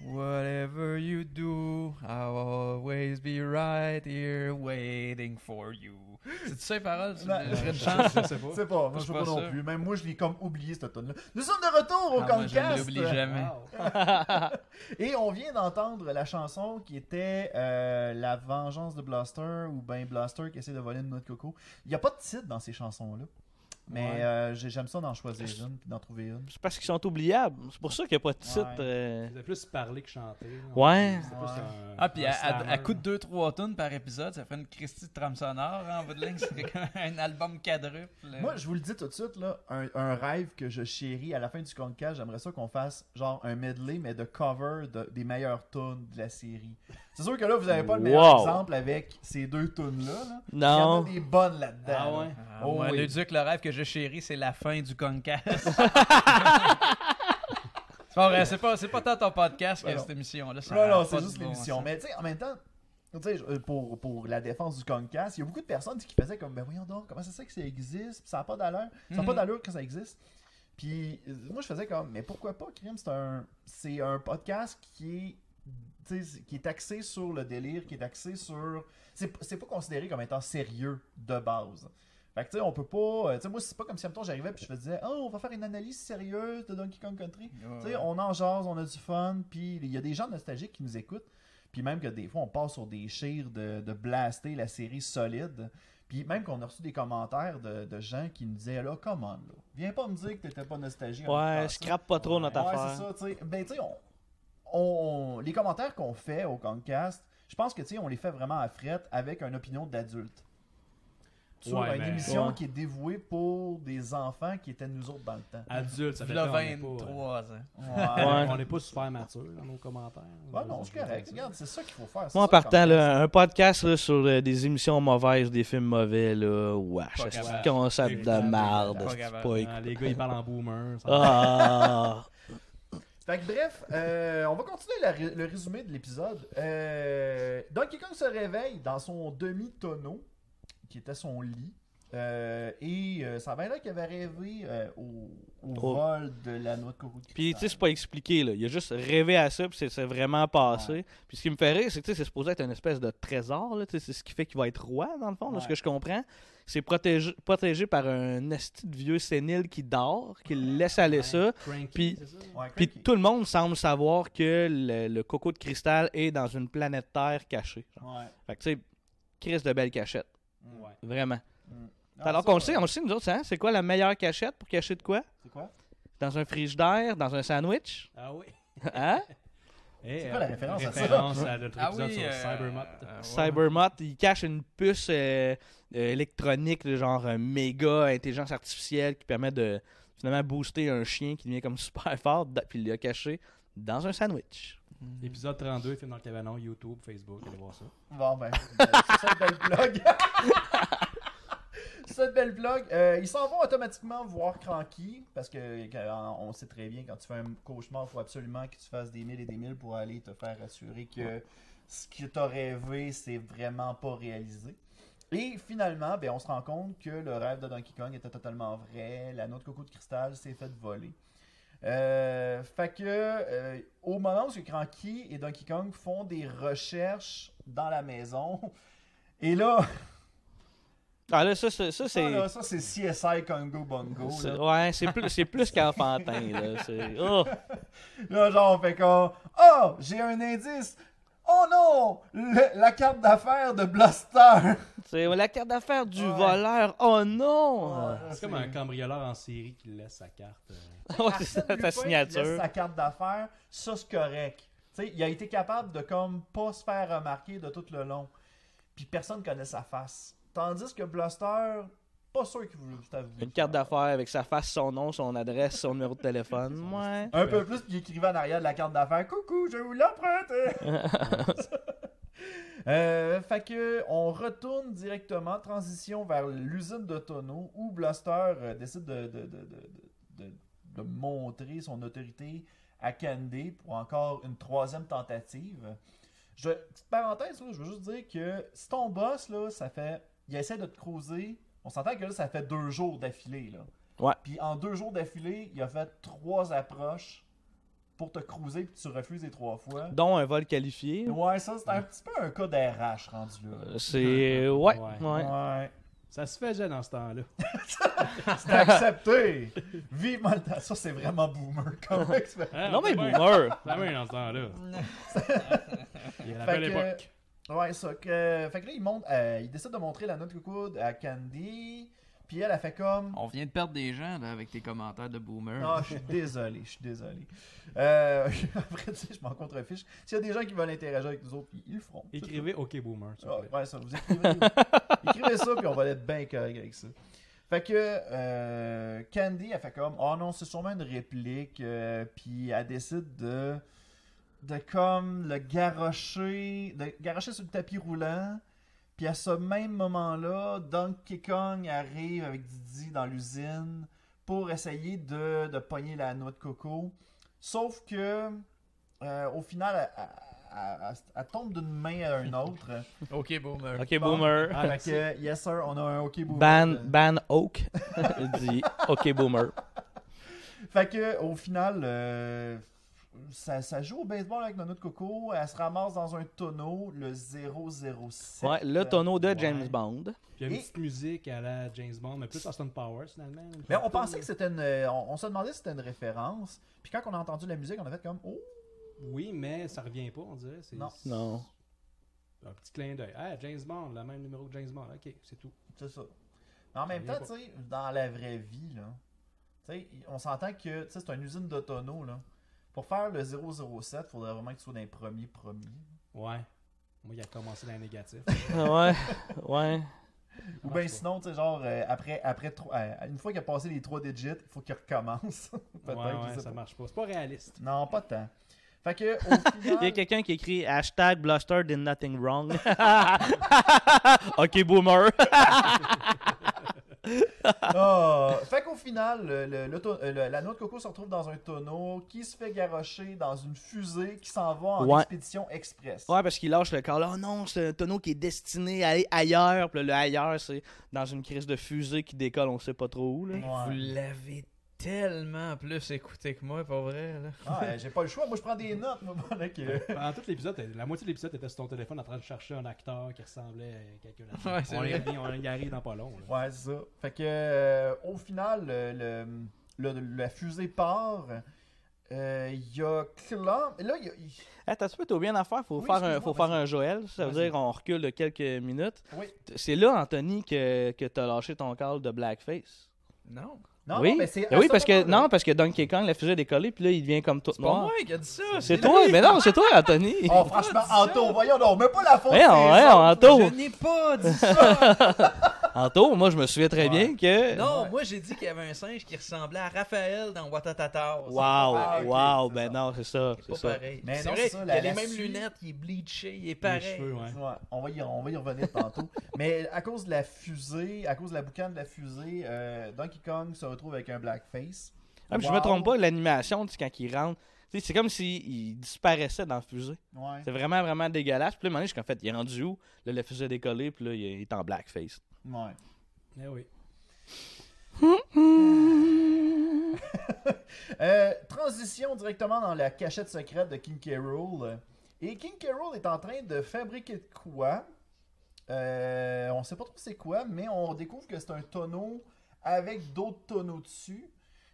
[SPEAKER 4] whatever you do, I'll always be right here waiting for you. C'est ça les paroles? C'est
[SPEAKER 1] Non.
[SPEAKER 4] une- c'est une chance, je sais pas.
[SPEAKER 1] C'est pas, moi
[SPEAKER 4] Je
[SPEAKER 1] je
[SPEAKER 4] suis
[SPEAKER 1] sais pas
[SPEAKER 4] pas
[SPEAKER 1] non
[SPEAKER 4] sûr.
[SPEAKER 1] plus. Même moi je l'ai comme oublié cette tonne là Nous sommes de retour au
[SPEAKER 4] Ah, moi, je ne
[SPEAKER 1] Comcast.
[SPEAKER 4] l'oublie jamais.
[SPEAKER 2] wow.
[SPEAKER 1] Et on vient d'entendre la chanson qui était euh, La vengeance de Blaster ou ben Blaster qui essaie de voler une noix de coco. Il n'y a pas de titre dans ces chansons-là. Mais
[SPEAKER 4] Ouais.
[SPEAKER 1] euh, j'ai- j'aime ça d'en choisir une puis d'en trouver une.
[SPEAKER 3] C'est parce qu'ils sont oubliables. C'est pour ça qu'il n'y a pas de titre.
[SPEAKER 1] Ouais.
[SPEAKER 3] euh.
[SPEAKER 2] C'était plus parler que chanter. là.
[SPEAKER 3] Ouais.
[SPEAKER 2] C'était
[SPEAKER 1] Ouais.
[SPEAKER 2] plus un-
[SPEAKER 4] Ah, puis
[SPEAKER 2] un
[SPEAKER 4] à, à, à
[SPEAKER 2] slammer.
[SPEAKER 4] coup de 2-3 tonnes par épisode, ça ferait une Christie de trame sonore hein, en bout de ligne. C'est comme un album quadruple.
[SPEAKER 2] Euh.
[SPEAKER 1] Moi, je vous le dis tout de suite, là, un, un rêve que je chéris à la fin du Concast, j'aimerais ça qu'on fasse genre un medley, mais de cover de- des meilleures tunes de la série. C'est sûr que là, vous n'avez pas le meilleur
[SPEAKER 3] Wow.
[SPEAKER 1] exemple avec ces deux tunes-là. là. Il y en
[SPEAKER 3] Non.
[SPEAKER 1] a des bonnes là-dedans.
[SPEAKER 2] Ah
[SPEAKER 1] là.
[SPEAKER 2] ouais.
[SPEAKER 4] Ah,
[SPEAKER 1] Oh
[SPEAKER 4] moi,
[SPEAKER 1] oui.
[SPEAKER 4] le Duc, le rêve que je chéris, c'est la fin du Concast. c'est pas vrai, c'est pas, c'est pas tant ton podcast
[SPEAKER 1] Ben
[SPEAKER 4] que
[SPEAKER 1] non.
[SPEAKER 4] cette émission-là. ça
[SPEAKER 1] Non,
[SPEAKER 4] a
[SPEAKER 1] non,
[SPEAKER 4] pas
[SPEAKER 1] c'est
[SPEAKER 4] de
[SPEAKER 1] juste
[SPEAKER 4] bon
[SPEAKER 1] l'émission.
[SPEAKER 4] sens.
[SPEAKER 1] Mais tu sais, en même temps, tu sais, je- euh, pour, pour la défense du Concast, il y a beaucoup de personnes qui faisaient comme, ben voyons donc, comment c'est ça que ça existe, puis ça n'a pas d'allure, ça n'a pas
[SPEAKER 4] Mhm.
[SPEAKER 1] d'allure que ça existe. Puis euh, moi, je faisais comme, mais pourquoi pas, Crime, c'est un, c'est un podcast qui est, tu sais, c'est- qui est axé sur le délire, qui est axé sur... C'est p- c'est pas considéré comme étant sérieux de base. Fait que tu sais, on peut pas... euh, Tu sais, moi, c'est pas comme si, mettons, j'arrivais puis je me disais, oh, on va faire une analyse sérieuse de Donkey Kong Country. Tu sais, on en jase, on a du fun, puis il y a des gens nostalgiques qui nous écoutent, puis même que des fois on passe sur des chires de, de blaster la série solide, puis même qu'on a reçu des commentaires de, de gens qui nous disaient là, come on, là, viens pas me dire que t'étais pas nostalgique. en écoutant ça.
[SPEAKER 3] Ouais, scrape pas trop notre
[SPEAKER 1] Ouais,
[SPEAKER 3] affaire.
[SPEAKER 1] c'est ça, tu sais. Ben, tu sais, on, on- on- les commentaires qu'on fait au Concast, je pense que, tu sais, on les fait vraiment à frette avec une opinion d'adulte. Sur
[SPEAKER 2] Ouais,
[SPEAKER 1] une
[SPEAKER 2] mais-
[SPEAKER 1] émission
[SPEAKER 3] Ouais.
[SPEAKER 1] qui est dévouée pour des enfants qui étaient nous autres dans le temps.
[SPEAKER 2] Adulte, ça fait
[SPEAKER 4] V'là
[SPEAKER 2] peur, on est pas,
[SPEAKER 4] 23
[SPEAKER 1] euh,
[SPEAKER 4] ans.
[SPEAKER 1] Ouais.
[SPEAKER 3] Ouais.
[SPEAKER 2] On n'est pas super mature dans nos commentaires.
[SPEAKER 1] Ouais, non, c'est correct. Regarde, c'est ça qu'il faut faire. c'est
[SPEAKER 3] Moi, en
[SPEAKER 1] ça, quand
[SPEAKER 3] partant,
[SPEAKER 1] même.
[SPEAKER 3] là, un podcast là, sur euh, des émissions mauvaises, des films mauvais, là, wesh,
[SPEAKER 4] Pas
[SPEAKER 3] c'est un
[SPEAKER 4] capable.
[SPEAKER 3] concept de
[SPEAKER 2] Évidemment,
[SPEAKER 3] merde.
[SPEAKER 4] pas
[SPEAKER 3] Ah, c'est
[SPEAKER 2] Hein,
[SPEAKER 4] capable.
[SPEAKER 3] pas écoute-
[SPEAKER 2] Ah, les gars, ils parlent en boomer. ça-
[SPEAKER 3] Ah,
[SPEAKER 1] C'est Fait que bref, euh, on va continuer la ré- le résumé de l'épisode. Euh, Donkey Kong se réveille dans son demi-tonneau, qui était son lit. Euh, et euh, ça va là qu'il avait rêvé euh, au, au
[SPEAKER 3] Oh.
[SPEAKER 1] vol de la noix de coco. de
[SPEAKER 3] Puis, tu sais,
[SPEAKER 1] cristal.
[SPEAKER 3] c'est pas expliqué, là. Il a juste rêvé à ça, puis c'est- c'est vraiment passé. Puis, ce qui me fait rire, c'est que, tu sais, c'est supposé être une espèce de trésor, là. Tu sais, C'est ce qui fait qu'il va être roi, dans le fond, de ce
[SPEAKER 1] Ouais.
[SPEAKER 3] que je comprends. C'est protégé, protégé par un asti de vieux sénile qui dort, qui le laisse aller
[SPEAKER 2] Hein,
[SPEAKER 3] ça. Puis-
[SPEAKER 1] Ouais,
[SPEAKER 3] Puis,
[SPEAKER 1] cranky.
[SPEAKER 3] tout le monde semble savoir que le, le coco de cristal est dans une planète Terre cachée. genre.
[SPEAKER 1] Ouais.
[SPEAKER 3] Fait que, tu sais, Chris de belle cachette.
[SPEAKER 1] Mm.
[SPEAKER 2] Ouais.
[SPEAKER 3] Vraiment.
[SPEAKER 1] Non,
[SPEAKER 3] Alors
[SPEAKER 1] ça,
[SPEAKER 3] qu'on le
[SPEAKER 1] euh,
[SPEAKER 3] sait, on le sait, nous autres, hein? C'est quoi la meilleure cachette pour cacher de quoi?
[SPEAKER 1] C'est quoi
[SPEAKER 3] Dans un frigidaire, dans un sandwich?
[SPEAKER 2] Ah oui.
[SPEAKER 3] Hein?
[SPEAKER 2] C'est
[SPEAKER 1] quoi la référence à ça?
[SPEAKER 2] à notre
[SPEAKER 4] Ah
[SPEAKER 2] épisode
[SPEAKER 4] oui,
[SPEAKER 2] sur
[SPEAKER 4] euh,
[SPEAKER 2] Cybermot.
[SPEAKER 4] euh,
[SPEAKER 3] Ah,
[SPEAKER 4] ouais.
[SPEAKER 3] Cybermot, il cache une puce euh, euh, électronique de genre euh, méga intelligence artificielle qui permet de finalement booster un chien qui devient comme super fort, da- puis il l'a caché dans un sandwich.
[SPEAKER 2] Épisode 32, film dans le cabanon, YouTube, Facebook, allez voir ça.
[SPEAKER 1] Bon, ben, euh, c'est ça une belle plug. C'est une belle plug. Euh, ils s'en vont automatiquement voir Cranky parce que que, euh, on sait très bien quand tu fais un cauchemar, faut absolument que tu fasses des mille et des mille pour aller te faire assurer que ce que t'as rêvé, c'est vraiment pas réalisé. Et finalement, ben, on se rend compte que le rêve de Donkey Kong était totalement vrai. La noix de coco de cristal s'est faite voler. Euh, fait que euh, au moment où ce Cranky et Donkey Kong font des recherches dans la maison, et là,
[SPEAKER 3] Ah là, ça, ça, ça,
[SPEAKER 1] ça,
[SPEAKER 3] c'est.
[SPEAKER 1] là, ça, c'est CSI Congo Bongo.
[SPEAKER 3] c'est-
[SPEAKER 1] Là.
[SPEAKER 3] Ouais, c'est plus, c'est plus qu'enfantin, là. C'est- oh!
[SPEAKER 1] Là, genre, on fait comme Oh, j'ai un indice. Oh non, le- la carte d'affaires de Blaster.
[SPEAKER 3] C'est la carte d'affaires du
[SPEAKER 1] Ouais.
[SPEAKER 3] voleur. Oh non!
[SPEAKER 1] Ouais,
[SPEAKER 2] C'est comme un cambrioleur en série qui laisse sa carte. euh,
[SPEAKER 3] Ouais, c'est ça,
[SPEAKER 1] Arsène Lupin
[SPEAKER 3] ta
[SPEAKER 1] qui laisse
[SPEAKER 3] signature.
[SPEAKER 1] sa carte d'affaires, ça c'est correct. Tu sais, il a été capable de comme pas se faire remarquer de tout le long. Puis personne connaît sa face. Tandis que Blaster, pas sûr qu'il voulait t'avouer.
[SPEAKER 3] Une carte d'affaires avec sa face, son nom, son adresse, son numéro de téléphone. Ouais.
[SPEAKER 1] Un peu plus, puis il écrivait en arrière de la carte d'affaires Coucou, je vous l'emprunte Euh, Fait que, on retourne directement, transition vers l'usine de tonneaux où Blaster euh, décide de, de, de- de- de- de montrer son autorité à Candy pour encore une troisième tentative. Je, petite parenthèse, là, je veux juste dire que si ton boss, là, ça fait. Il essaie de te creuser. On s'entend que là, ça fait deux jours d'affilée. là.
[SPEAKER 3] Ouais.
[SPEAKER 1] Puis en deux jours d'affilée, il a fait trois approches pour te cruiser puis tu refuses les trois fois.
[SPEAKER 3] Dont un vol qualifié.
[SPEAKER 1] Ouais, ça, c'est un petit peu un cas d'RH rendu là.
[SPEAKER 3] C'est. Ouais.
[SPEAKER 2] Ouais.
[SPEAKER 3] ouais.
[SPEAKER 1] Ouais.
[SPEAKER 2] Ça se faisait dans ce temps-là.
[SPEAKER 1] C'est accepté! Vivement le temps. Ça, c'est vraiment boomer comme expérience.
[SPEAKER 3] Non, mais boomer!
[SPEAKER 2] La main dans ce temps-là. Il y a la
[SPEAKER 1] Fait
[SPEAKER 2] belle
[SPEAKER 1] que-
[SPEAKER 2] époque.
[SPEAKER 1] Ouais, ça. Que... Fait que là, il, monte, euh, il décide de montrer la note de coude à Candy. Puis elle, a fait comme.
[SPEAKER 4] On vient de perdre des gens là, avec tes commentaires de boomer.
[SPEAKER 1] Ah, je suis désolé, je suis désolé. Euh, après, tu sais, je m'en contrefiche. S'il y a des gens qui veulent interagir avec nous autres, ils le feront. C'est tout.
[SPEAKER 2] Écrivez OK Boomer. s'il vous plaît.
[SPEAKER 1] Ah, Ouais, ouais, ça, vous écrivez, écrivez ça, puis on va être bien correct avec ça. Fait que euh, Candy, elle fait comme, oh non, c'est sûrement une réplique, euh, puis elle décide de, de comme le garrocher, de garrocher sur le tapis roulant, puis à ce même moment-là, Donkey Kong arrive avec Didi dans l'usine pour essayer de, de pogner la noix de coco. Sauf que, euh, au final, elle, elle- elle- elle tombe d'une main à une autre.
[SPEAKER 5] Ok, boomer.
[SPEAKER 3] Ok,
[SPEAKER 1] Bon.
[SPEAKER 3] boomer.
[SPEAKER 2] Ah,
[SPEAKER 1] Fait que, yes sir, on a un euh. OK boomer.
[SPEAKER 3] Ban, ban Oak dit OK Boomer.
[SPEAKER 1] Fait que, au final, euh, ça, ça joue au baseball avec Nono de Coco. Elle se ramasse dans un tonneau, le 007.
[SPEAKER 3] Ouais, le tonneau de
[SPEAKER 1] Ouais.
[SPEAKER 3] James Bond.
[SPEAKER 2] Puis il y a
[SPEAKER 1] Et-
[SPEAKER 2] une petite musique à la James Bond, mais plus Austin Powers finalement.
[SPEAKER 1] Mais on pensait que c'était une. euh, On, on se demandait si c'était une référence. Puis quand on a entendu la musique, on a fait comme Oh,
[SPEAKER 2] Oui, mais ça revient pas, on dirait. C'est
[SPEAKER 1] Non.
[SPEAKER 3] Non.
[SPEAKER 2] un petit clin d'œil. Ah, James Bond, le même numéro que James Bond. OK, c'est tout.
[SPEAKER 1] c'est ça. Mais en même
[SPEAKER 2] vient
[SPEAKER 1] temps,
[SPEAKER 2] pas.
[SPEAKER 1] tu sais, dans la vraie vie, là, tu sais, on s'entend que tu sais, c'est une usine de tonneaux, là. Pour faire le 007, faudrait vraiment que tu sois dans les premiers premiers.
[SPEAKER 2] Ouais. Moi, il a commencé dans le négatif.
[SPEAKER 3] Ouais, ouais.
[SPEAKER 1] Ou bien
[SPEAKER 2] marche pas.
[SPEAKER 1] sinon, tu sais, genre, euh, après, après trois- euh, une fois qu'il a passé les trois digits, il faut qu'il recommence.
[SPEAKER 2] ouais,
[SPEAKER 1] Peut-être, je
[SPEAKER 2] ouais,
[SPEAKER 1] sais
[SPEAKER 2] ça
[SPEAKER 1] pas.
[SPEAKER 2] marche pas. C'est pas réaliste.
[SPEAKER 1] Non, pas tant. Fait que, au final,
[SPEAKER 3] Il y a quelqu'un qui écrit hashtag Bluster did nothing wrong. OK Boomer.
[SPEAKER 1] Ah, fait qu'au final, le- le- l'auto- euh, le- la noix de coco se retrouve dans un tonneau qui se fait garrocher dans une fusée qui s'en va en
[SPEAKER 3] Ouais.
[SPEAKER 1] expédition express.
[SPEAKER 3] Ouais, parce qu'il lâche le corps là. Oh non, c'est un tonneau qui est destiné à aller ailleurs. Puis là, le ailleurs, c'est dans une crise de fusée qui décolle, on sait pas trop où. Là.
[SPEAKER 1] Ouais.
[SPEAKER 5] Vous l'avez tellement plus écouté que moi, pour vrai. Là.
[SPEAKER 1] Ouais, Ah, euh, j'ai pas le choix. Moi, je prends des notes. Moi, euh, pendant que-
[SPEAKER 2] Pendant tout l'épisode, t'as- la moitié de l'épisode, t'étais sur ton téléphone en train de chercher un acteur qui ressemblait à quelqu'un là-dedans.
[SPEAKER 5] Ouais, c'est
[SPEAKER 2] on, y
[SPEAKER 5] vrai.
[SPEAKER 2] revient- on y arrive dans pas long. là.
[SPEAKER 1] Ouais, c'est ça. Fait que, euh, au final, le, le- le- la fusée part. Euh, Il y a Clump. Là, il y a. il-
[SPEAKER 3] Hey, t'as tout bien à faire. Faut
[SPEAKER 1] Oui,
[SPEAKER 3] faire, un,
[SPEAKER 1] excuse-moi,
[SPEAKER 3] faut faire
[SPEAKER 1] vas-y.
[SPEAKER 3] un Joël. Ça veut
[SPEAKER 1] Vas-y.
[SPEAKER 3] dire qu'on recule de quelques minutes.
[SPEAKER 1] Oui.
[SPEAKER 3] T- C'est là, Anthony, que, que t'as lâché ton call de blackface.
[SPEAKER 5] Non.
[SPEAKER 1] Non,
[SPEAKER 3] oui,
[SPEAKER 1] non, mais c'est.
[SPEAKER 3] Ben
[SPEAKER 1] à
[SPEAKER 3] oui
[SPEAKER 1] ce
[SPEAKER 3] parce que
[SPEAKER 1] moment-là.
[SPEAKER 3] non, parce que Donkey Kong, la fusée a décollé, puis là, il devient comme tout
[SPEAKER 5] C'est pas
[SPEAKER 3] noir.
[SPEAKER 5] moi qui a dit ça.
[SPEAKER 3] C'est toi, mais non, c'est toi, Anthony.
[SPEAKER 1] Oh, franchement, Anto, voyons, non, mais pas la faute.
[SPEAKER 3] Ouais,
[SPEAKER 1] des
[SPEAKER 3] ouais,
[SPEAKER 1] autres.
[SPEAKER 3] Anto.
[SPEAKER 5] Je n'ai pas dit ça.
[SPEAKER 1] Ah.
[SPEAKER 3] Anto, moi, je me souviens très bien que.
[SPEAKER 5] non, moi j'ai dit qu'il y avait un singe qui ressemblait à Raphaël dans Watatata.
[SPEAKER 3] Wow,
[SPEAKER 1] Ah, ok,
[SPEAKER 3] wow,
[SPEAKER 1] c'est
[SPEAKER 3] ben
[SPEAKER 1] ça.
[SPEAKER 3] non, c'est ça.
[SPEAKER 5] C'est
[SPEAKER 3] C'est
[SPEAKER 5] pas
[SPEAKER 3] ça.
[SPEAKER 5] pareil.
[SPEAKER 1] Mais
[SPEAKER 5] C'est
[SPEAKER 1] non,
[SPEAKER 5] vrai
[SPEAKER 1] c'est ça,
[SPEAKER 5] qu'il
[SPEAKER 1] la-
[SPEAKER 5] a les
[SPEAKER 1] la
[SPEAKER 5] mêmes
[SPEAKER 1] suite.
[SPEAKER 5] lunettes, il est bleaché, il est
[SPEAKER 2] Les
[SPEAKER 5] pareil.
[SPEAKER 2] cheveux, ouais.
[SPEAKER 1] Ouais, on, va y, on va y revenir tantôt. Mais à cause de la fusée, à cause de la boucane de la fusée, euh, Donkey Kong se retrouve avec un blackface.
[SPEAKER 3] Ah, puis Je me
[SPEAKER 1] Wow.
[SPEAKER 3] trompe pas, l'animation, tu sais, quand il rentre, tu sais, c'est comme s'il il disparaissait dans la fusée.
[SPEAKER 1] Ouais.
[SPEAKER 3] C'est vraiment, vraiment dégueulasse. Puis là, à un moment donné, je suis en fait, il est rendu où? Là, la fusée a décollé, puis là, il est- il est en blackface.
[SPEAKER 1] Ouais.
[SPEAKER 2] Eh oui.
[SPEAKER 1] Euh, transition directement dans la cachette secrète de King K. Rool. Et King K. Rool est en train de fabriquer de quoi Euh, On sait pas trop c'est quoi, mais on découvre que c'est un tonneau avec d'autres tonneaux dessus.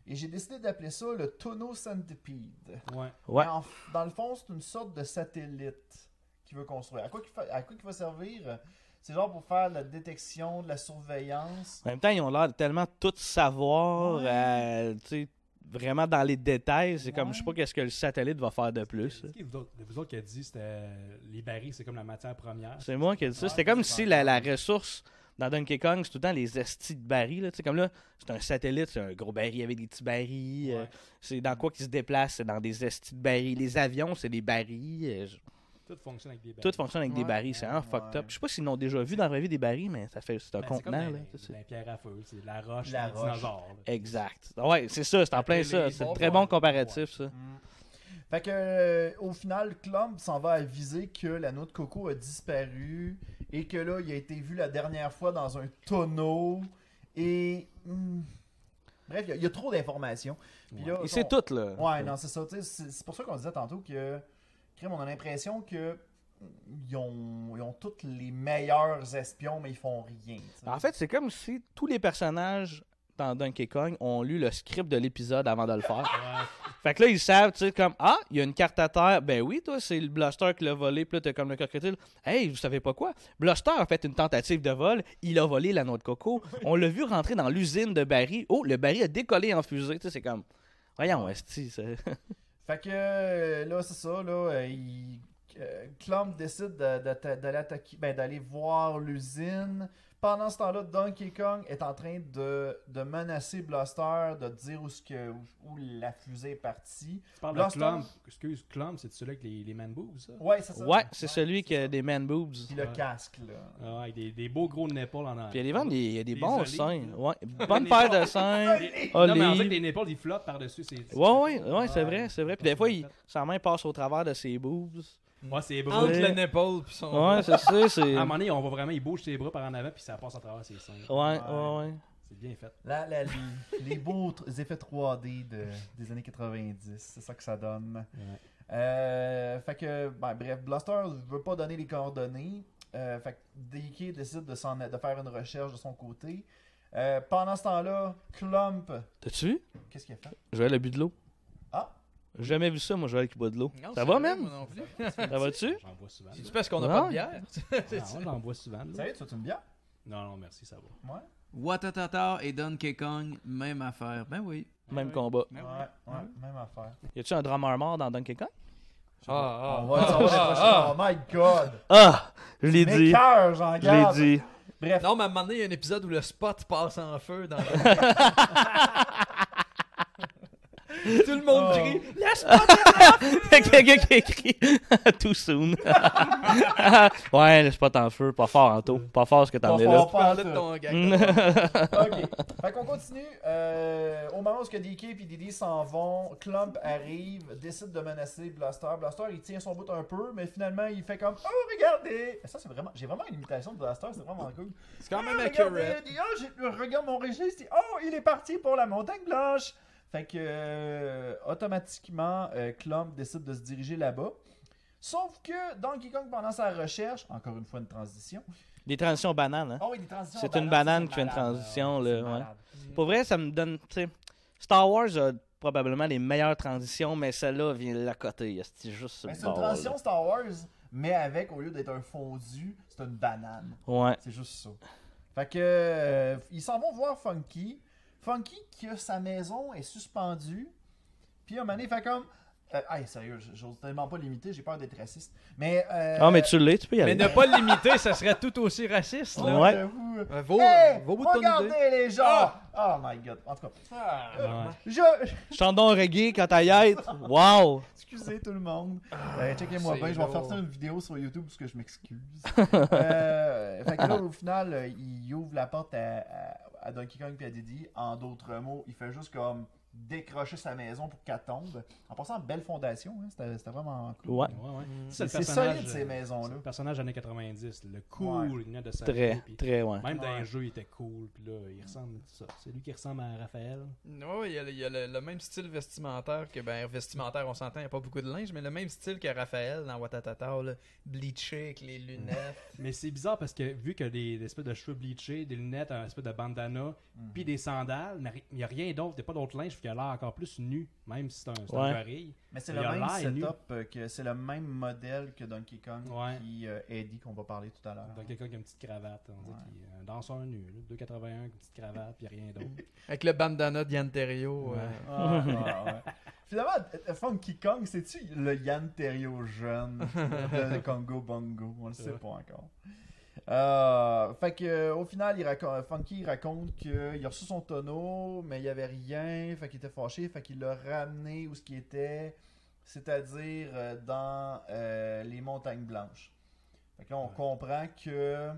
[SPEAKER 1] Et j'ai décidé d'appeler ça le tonneau centipede.
[SPEAKER 2] Ouais.
[SPEAKER 3] Ouais.
[SPEAKER 1] Mais en- dans le fond, c'est une sorte de satellite qu'il veut construire. À quoi qu'il fa- à quoi qu'il va servir euh, C'est genre pour faire de la détection, de la surveillance.
[SPEAKER 3] En même temps, ils ont l'air de tellement tout savoir, euh, tu sais, vraiment dans les détails. C'est comme, je sais pas qu'est-ce que le satellite va faire de plus. hein.
[SPEAKER 2] C'est qui vous autres, vous autres qui a dit c'était euh, les barils, c'est comme la matière première.
[SPEAKER 3] C'est moi qui ai dit ça.
[SPEAKER 1] Ouais,
[SPEAKER 3] C'était comme
[SPEAKER 1] c'est
[SPEAKER 3] si
[SPEAKER 1] pas
[SPEAKER 3] la, la
[SPEAKER 1] grave.
[SPEAKER 3] ressource dans Donkey Kong, c'est tout le temps les estis de barils. là. Tu sais, comme là, c'est un satellite, c'est un gros baril avec des petits barils. euh,
[SPEAKER 2] Ouais.
[SPEAKER 3] c'est dans quoi qu'ils se déplacent? C'est dans des estis de barils. Les avions, c'est des barils. euh, je-
[SPEAKER 2] Tout fonctionne avec des barils.
[SPEAKER 3] Tout fonctionne avec des
[SPEAKER 1] Ouais,
[SPEAKER 3] barils. C'est un
[SPEAKER 1] ouais.
[SPEAKER 3] fucked up. Je sais pas s'ils l'ont déjà vu dans la vraie vie des barils, mais ça fait c'est un
[SPEAKER 2] Ben, c'est comme
[SPEAKER 3] contenant.
[SPEAKER 2] dans
[SPEAKER 3] là, tu
[SPEAKER 2] les-
[SPEAKER 3] sais.
[SPEAKER 2] dans les pierres à feu, c'est de la roche,
[SPEAKER 1] La
[SPEAKER 2] la
[SPEAKER 1] roche.
[SPEAKER 2] dinosaure. là.
[SPEAKER 3] Exact. Ouais, c'est ça, c'est en plein
[SPEAKER 2] les-
[SPEAKER 3] ça.
[SPEAKER 2] les
[SPEAKER 3] C'est un
[SPEAKER 2] bons
[SPEAKER 3] très bon
[SPEAKER 2] points.
[SPEAKER 3] comparatif, ça.
[SPEAKER 1] Fait que euh, au final, Clump s'en va aviser que la noix de coco a disparu et que là, il a été vu la dernière fois dans un tonneau. Et hmm, bref, il y a- il y, a trop d'informations. Puis là,
[SPEAKER 3] Et
[SPEAKER 1] on-
[SPEAKER 3] c'est tout, là.
[SPEAKER 1] Ouais, non, c'est ça. tu sais, C'est c'est pour ça qu'on disait tantôt que, crime, on a l'impression que mm, ils ont, ils ont tous les meilleurs espions, mais ils font rien. tu sais.
[SPEAKER 3] En fait, c'est comme si tous les personnages dans Donkey Kong ont lu le script de l'épisode avant de le faire.
[SPEAKER 2] Ouais,
[SPEAKER 3] fait que là, ils savent, tu sais, comme Ah, il y a une carte à terre. Ben oui, toi, c'est le Blaster qui l'a volé. Puis là, t'as comme le crocodile. Hey, vous savez pas quoi Blaster a fait une tentative de vol. Il a volé la noix de coco. On l'a vu rentrer dans l'usine de Barry. Oh, le Barry a décollé en fusée. Tu sais, c'est comme. Voyons, Esti. c'est-
[SPEAKER 1] Fait que euh, là, c'est ça, là, euh, il- euh, Clump décide d'a- d'atta- d'aller attaquer, ben, d'aller voir l'usine. Pendant ce temps-là, Donkey Kong est en train de, de menacer Blaster, de dire où, ce que, où, où la fusée est partie.
[SPEAKER 2] Tu parles
[SPEAKER 1] Blaster.
[SPEAKER 2] de Clump. Excuse, Clump, c'est celui avec les, les man boobs, ça?
[SPEAKER 1] Ouais, c'est ça.
[SPEAKER 3] Ouais, c'est celui qui
[SPEAKER 1] c'est
[SPEAKER 3] a
[SPEAKER 1] ça.
[SPEAKER 3] des man boobs.
[SPEAKER 1] Puis le
[SPEAKER 2] Ouais.
[SPEAKER 1] casque, là.
[SPEAKER 2] Ah, avec des, des beaux gros nipples en arrière.
[SPEAKER 3] Puis il y a des ventes, il y a des
[SPEAKER 2] Les
[SPEAKER 3] bons
[SPEAKER 2] olives,
[SPEAKER 3] seins.
[SPEAKER 2] là.
[SPEAKER 3] Ouais. Bonne paire de seins.
[SPEAKER 2] Non, mais en fait,
[SPEAKER 3] olives.
[SPEAKER 2] les nipples, ils flottent par-dessus. c'est- c'est-
[SPEAKER 3] Ah, Ouais, ouais, ouais, c'est vrai, c'est vrai. Puis des
[SPEAKER 2] Ouais,
[SPEAKER 3] fois,
[SPEAKER 2] en
[SPEAKER 3] il-
[SPEAKER 2] fait.
[SPEAKER 3] sa main passe au travers de ses boobs.
[SPEAKER 2] Ouais, c'est beau.
[SPEAKER 5] Entre
[SPEAKER 3] Ah Ouais.
[SPEAKER 5] le nipple pis son.
[SPEAKER 3] Ouais, c'est ça, c'est.
[SPEAKER 2] À un
[SPEAKER 3] Ouais,
[SPEAKER 2] moment donné, on voit vraiment, il bouge ses bras par en avant, puis ça passe à travers ses seins.
[SPEAKER 3] Ah, ouais, ouais.
[SPEAKER 2] C'est bien fait.
[SPEAKER 1] Là, là, les, les beaux tr- effets 3D de- des années 90, c'est ça que ça donne.
[SPEAKER 2] Ouais.
[SPEAKER 1] Euh, fait que, ben, bref, Blaster veut pas donner les coordonnées. Euh, fait que Deke décide de, s'en- de faire une recherche de son côté. Euh, pendant ce temps-là, Clump,
[SPEAKER 3] T'as-tu vu?
[SPEAKER 1] qu'est-ce qu'il a fait
[SPEAKER 3] Joël a bu de l'eau.
[SPEAKER 1] Ah.
[SPEAKER 3] Jamais vu ça, moi, Joël qui boit de l'eau.
[SPEAKER 5] Non,
[SPEAKER 3] Ça
[SPEAKER 5] c'est
[SPEAKER 3] va,
[SPEAKER 5] vrai,
[SPEAKER 3] même?
[SPEAKER 5] moi non plus.
[SPEAKER 3] Ça va-tu?
[SPEAKER 2] J'en vois
[SPEAKER 5] C'est
[SPEAKER 2] souvent.
[SPEAKER 5] parce qu'on a
[SPEAKER 3] Ouais.
[SPEAKER 5] pas de bière.
[SPEAKER 2] Ah, moi, j'en vois souvent. là.
[SPEAKER 1] Sérieux, tu veux une bière
[SPEAKER 2] Non, non, merci, ça va.
[SPEAKER 1] Ouais.
[SPEAKER 5] Watatata et Donkey Kong, même affaire. Ben oui.
[SPEAKER 3] Même combat.
[SPEAKER 1] Ouais,
[SPEAKER 5] Ben oui.
[SPEAKER 1] ouais, même affaire.
[SPEAKER 3] Y a-tu un drummer mort dans Donkey Kong?
[SPEAKER 1] On va, on va décrocher. Oh my god!
[SPEAKER 3] Ah! Je l'ai
[SPEAKER 1] Mes
[SPEAKER 3] dit.
[SPEAKER 1] cœurs, j'en
[SPEAKER 3] Je l'ai
[SPEAKER 1] garde!
[SPEAKER 3] dit.
[SPEAKER 1] Bref,
[SPEAKER 5] Non, mais à un moment donné, il y a un épisode où le spot passe en feu dans
[SPEAKER 3] Tout le monde crie Laisse pas Il y a quelqu'un qui écrit Too soon. ouais, laisse pas en feu. Pas fort, Anto. Pas fort ce que t'en
[SPEAKER 1] Pas
[SPEAKER 3] es
[SPEAKER 1] fort,
[SPEAKER 3] là.
[SPEAKER 1] pas
[SPEAKER 5] parlais
[SPEAKER 1] en
[SPEAKER 5] de
[SPEAKER 1] tout.
[SPEAKER 5] ton gag.
[SPEAKER 1] OK. Fait qu'on continue. Euh, au moment où ce que DK et Didi s'en vont, Clump arrive, décide de menacer Blaster. Blaster, il tient son bout un peu, mais finalement, il fait comme Oh, regardez Ça, c'est vraiment. J'ai vraiment une imitation de Blaster, c'est vraiment cool.
[SPEAKER 5] C'est quand
[SPEAKER 1] Ah,
[SPEAKER 5] même
[SPEAKER 1] regardez,
[SPEAKER 5] accurate.
[SPEAKER 1] il dit, oh, j'ai- euh, regarde mon registre. il- Oh, il est parti pour la montagne blanche. Fait que euh, automatiquement, euh, Clump décide de se diriger là-bas. Sauf que Donkey Kong, pendant sa recherche, encore une fois une transition.
[SPEAKER 3] Des transitions bananes, hein.
[SPEAKER 1] Oh, il est transition.
[SPEAKER 3] C'est une banane qui fait une transition, là, ouais. Pour vrai, ça me donne. tu sais, Star Wars a probablement les meilleures transitions, mais celle-là vient de la côté. C'est juste sur
[SPEAKER 1] Mais
[SPEAKER 3] le
[SPEAKER 1] Ben, c'est une
[SPEAKER 3] bord, là.
[SPEAKER 1] transition Star Wars, mais avec, au lieu d'être un fondu, c'est une banane.
[SPEAKER 3] Ouais.
[SPEAKER 1] C'est juste ça. Fait que, euh, ils s'en vont voir Funky. Funky, qui a sa maison, est suspendue. Puis à un moment donné, il fait comme. Euh, aïe, sérieux, j- j'ose tellement pas l'imiter, j'ai peur d'être raciste. Mais. Euh,
[SPEAKER 3] Ah, mais tu l'es, tu peux y aller.
[SPEAKER 4] Mais ne pas l'imiter, ça serait tout aussi raciste.
[SPEAKER 1] oh,
[SPEAKER 4] Là.
[SPEAKER 3] Ouais.
[SPEAKER 1] j'avoue.
[SPEAKER 5] Ouais, Euh, Vaut,
[SPEAKER 1] Hey,
[SPEAKER 5] vaut bout de ton idée. Ah!
[SPEAKER 1] regardez les gens! Oh my god, en tout cas. Ah,
[SPEAKER 3] Ouais.
[SPEAKER 1] Je,
[SPEAKER 3] Je t'en donne reggae quand t'as y être. Wow!
[SPEAKER 1] Excusez tout le monde. Euh, Checkez-moi
[SPEAKER 5] c'est
[SPEAKER 1] bien, je vais en faire
[SPEAKER 5] lourd.
[SPEAKER 1] ça une vidéo sur YouTube parce que je m'excuse. Euh, fait que là, au final, euh, il ouvre la porte à, à- à Donkey Kong et à Diddy. En d'autres mots, il fait juste comme décrocher sa maison pour qu'elle tombe. En passant, belle fondation, hein, c'était c'était vraiment cool.
[SPEAKER 3] Ouais.
[SPEAKER 2] Ouais, ouais.
[SPEAKER 1] C'est
[SPEAKER 2] le
[SPEAKER 1] Mm. c'est
[SPEAKER 2] personnage,
[SPEAKER 1] solide ces
[SPEAKER 2] euh,
[SPEAKER 1] maisons-là.
[SPEAKER 2] c'est le personnage années 90, le cool, il venait de sa
[SPEAKER 3] Très, très, ouais.
[SPEAKER 2] Même dans
[SPEAKER 1] Ouais.
[SPEAKER 2] un jeu, il était cool, puis là, il ressemble à ça. C'est lui qui ressemble à Raphaël.
[SPEAKER 5] Ouais, il y a, le- il y a le, le même style vestimentaire que, ben, vestimentaire, on s'entend, il n'y a pas beaucoup de linge, mais le même style que Raphaël dans Watatata, là, bleaché avec les lunettes.
[SPEAKER 2] Mais c'est bizarre parce que vu que des, des espèces de cheveux bleachés, des lunettes, un espèce de bandana,
[SPEAKER 1] Mhm.
[SPEAKER 2] puis des sandales, mais ri- il n'y a rien d'autre, il n'y a pas d'autre linge, puis qu'il a l'air encore plus nu, même si c'est un, c'est un
[SPEAKER 3] Ouais.
[SPEAKER 2] gorille.
[SPEAKER 1] Mais c'est
[SPEAKER 2] Il
[SPEAKER 1] le
[SPEAKER 2] a
[SPEAKER 1] même
[SPEAKER 2] l'air nu.
[SPEAKER 1] setup, euh, que c'est le même modèle que Donkey Kong
[SPEAKER 2] Ouais.
[SPEAKER 1] puis euh, Eddie qu'on va parler tout à l'heure.
[SPEAKER 2] Donc quelqu'un qui a une petite cravate, on
[SPEAKER 1] Ouais.
[SPEAKER 2] dit qu'il est un danseur nu, là, 2,81, avec une petite cravate, puis rien d'autre.
[SPEAKER 5] avec le bandana de Yann Terriot. euh,
[SPEAKER 2] Ouais.
[SPEAKER 1] Ah, ouais, ouais. Finalement, euh, Funky Kong, c'est-tu le Yann Terrio jeune de de Congo Bongo? On le sait pas encore. Euh, fait que euh, au final, il raco- Funky raconte qu'il a reçu son tonneau, mais il y avait rien, fait qu'il était fâché, fait qu'il l'a ramené où ce qu'il était, c'est-à-dire euh, dans euh, les montagnes blanches. Fait que là, on
[SPEAKER 2] Ouais.
[SPEAKER 1] comprend que,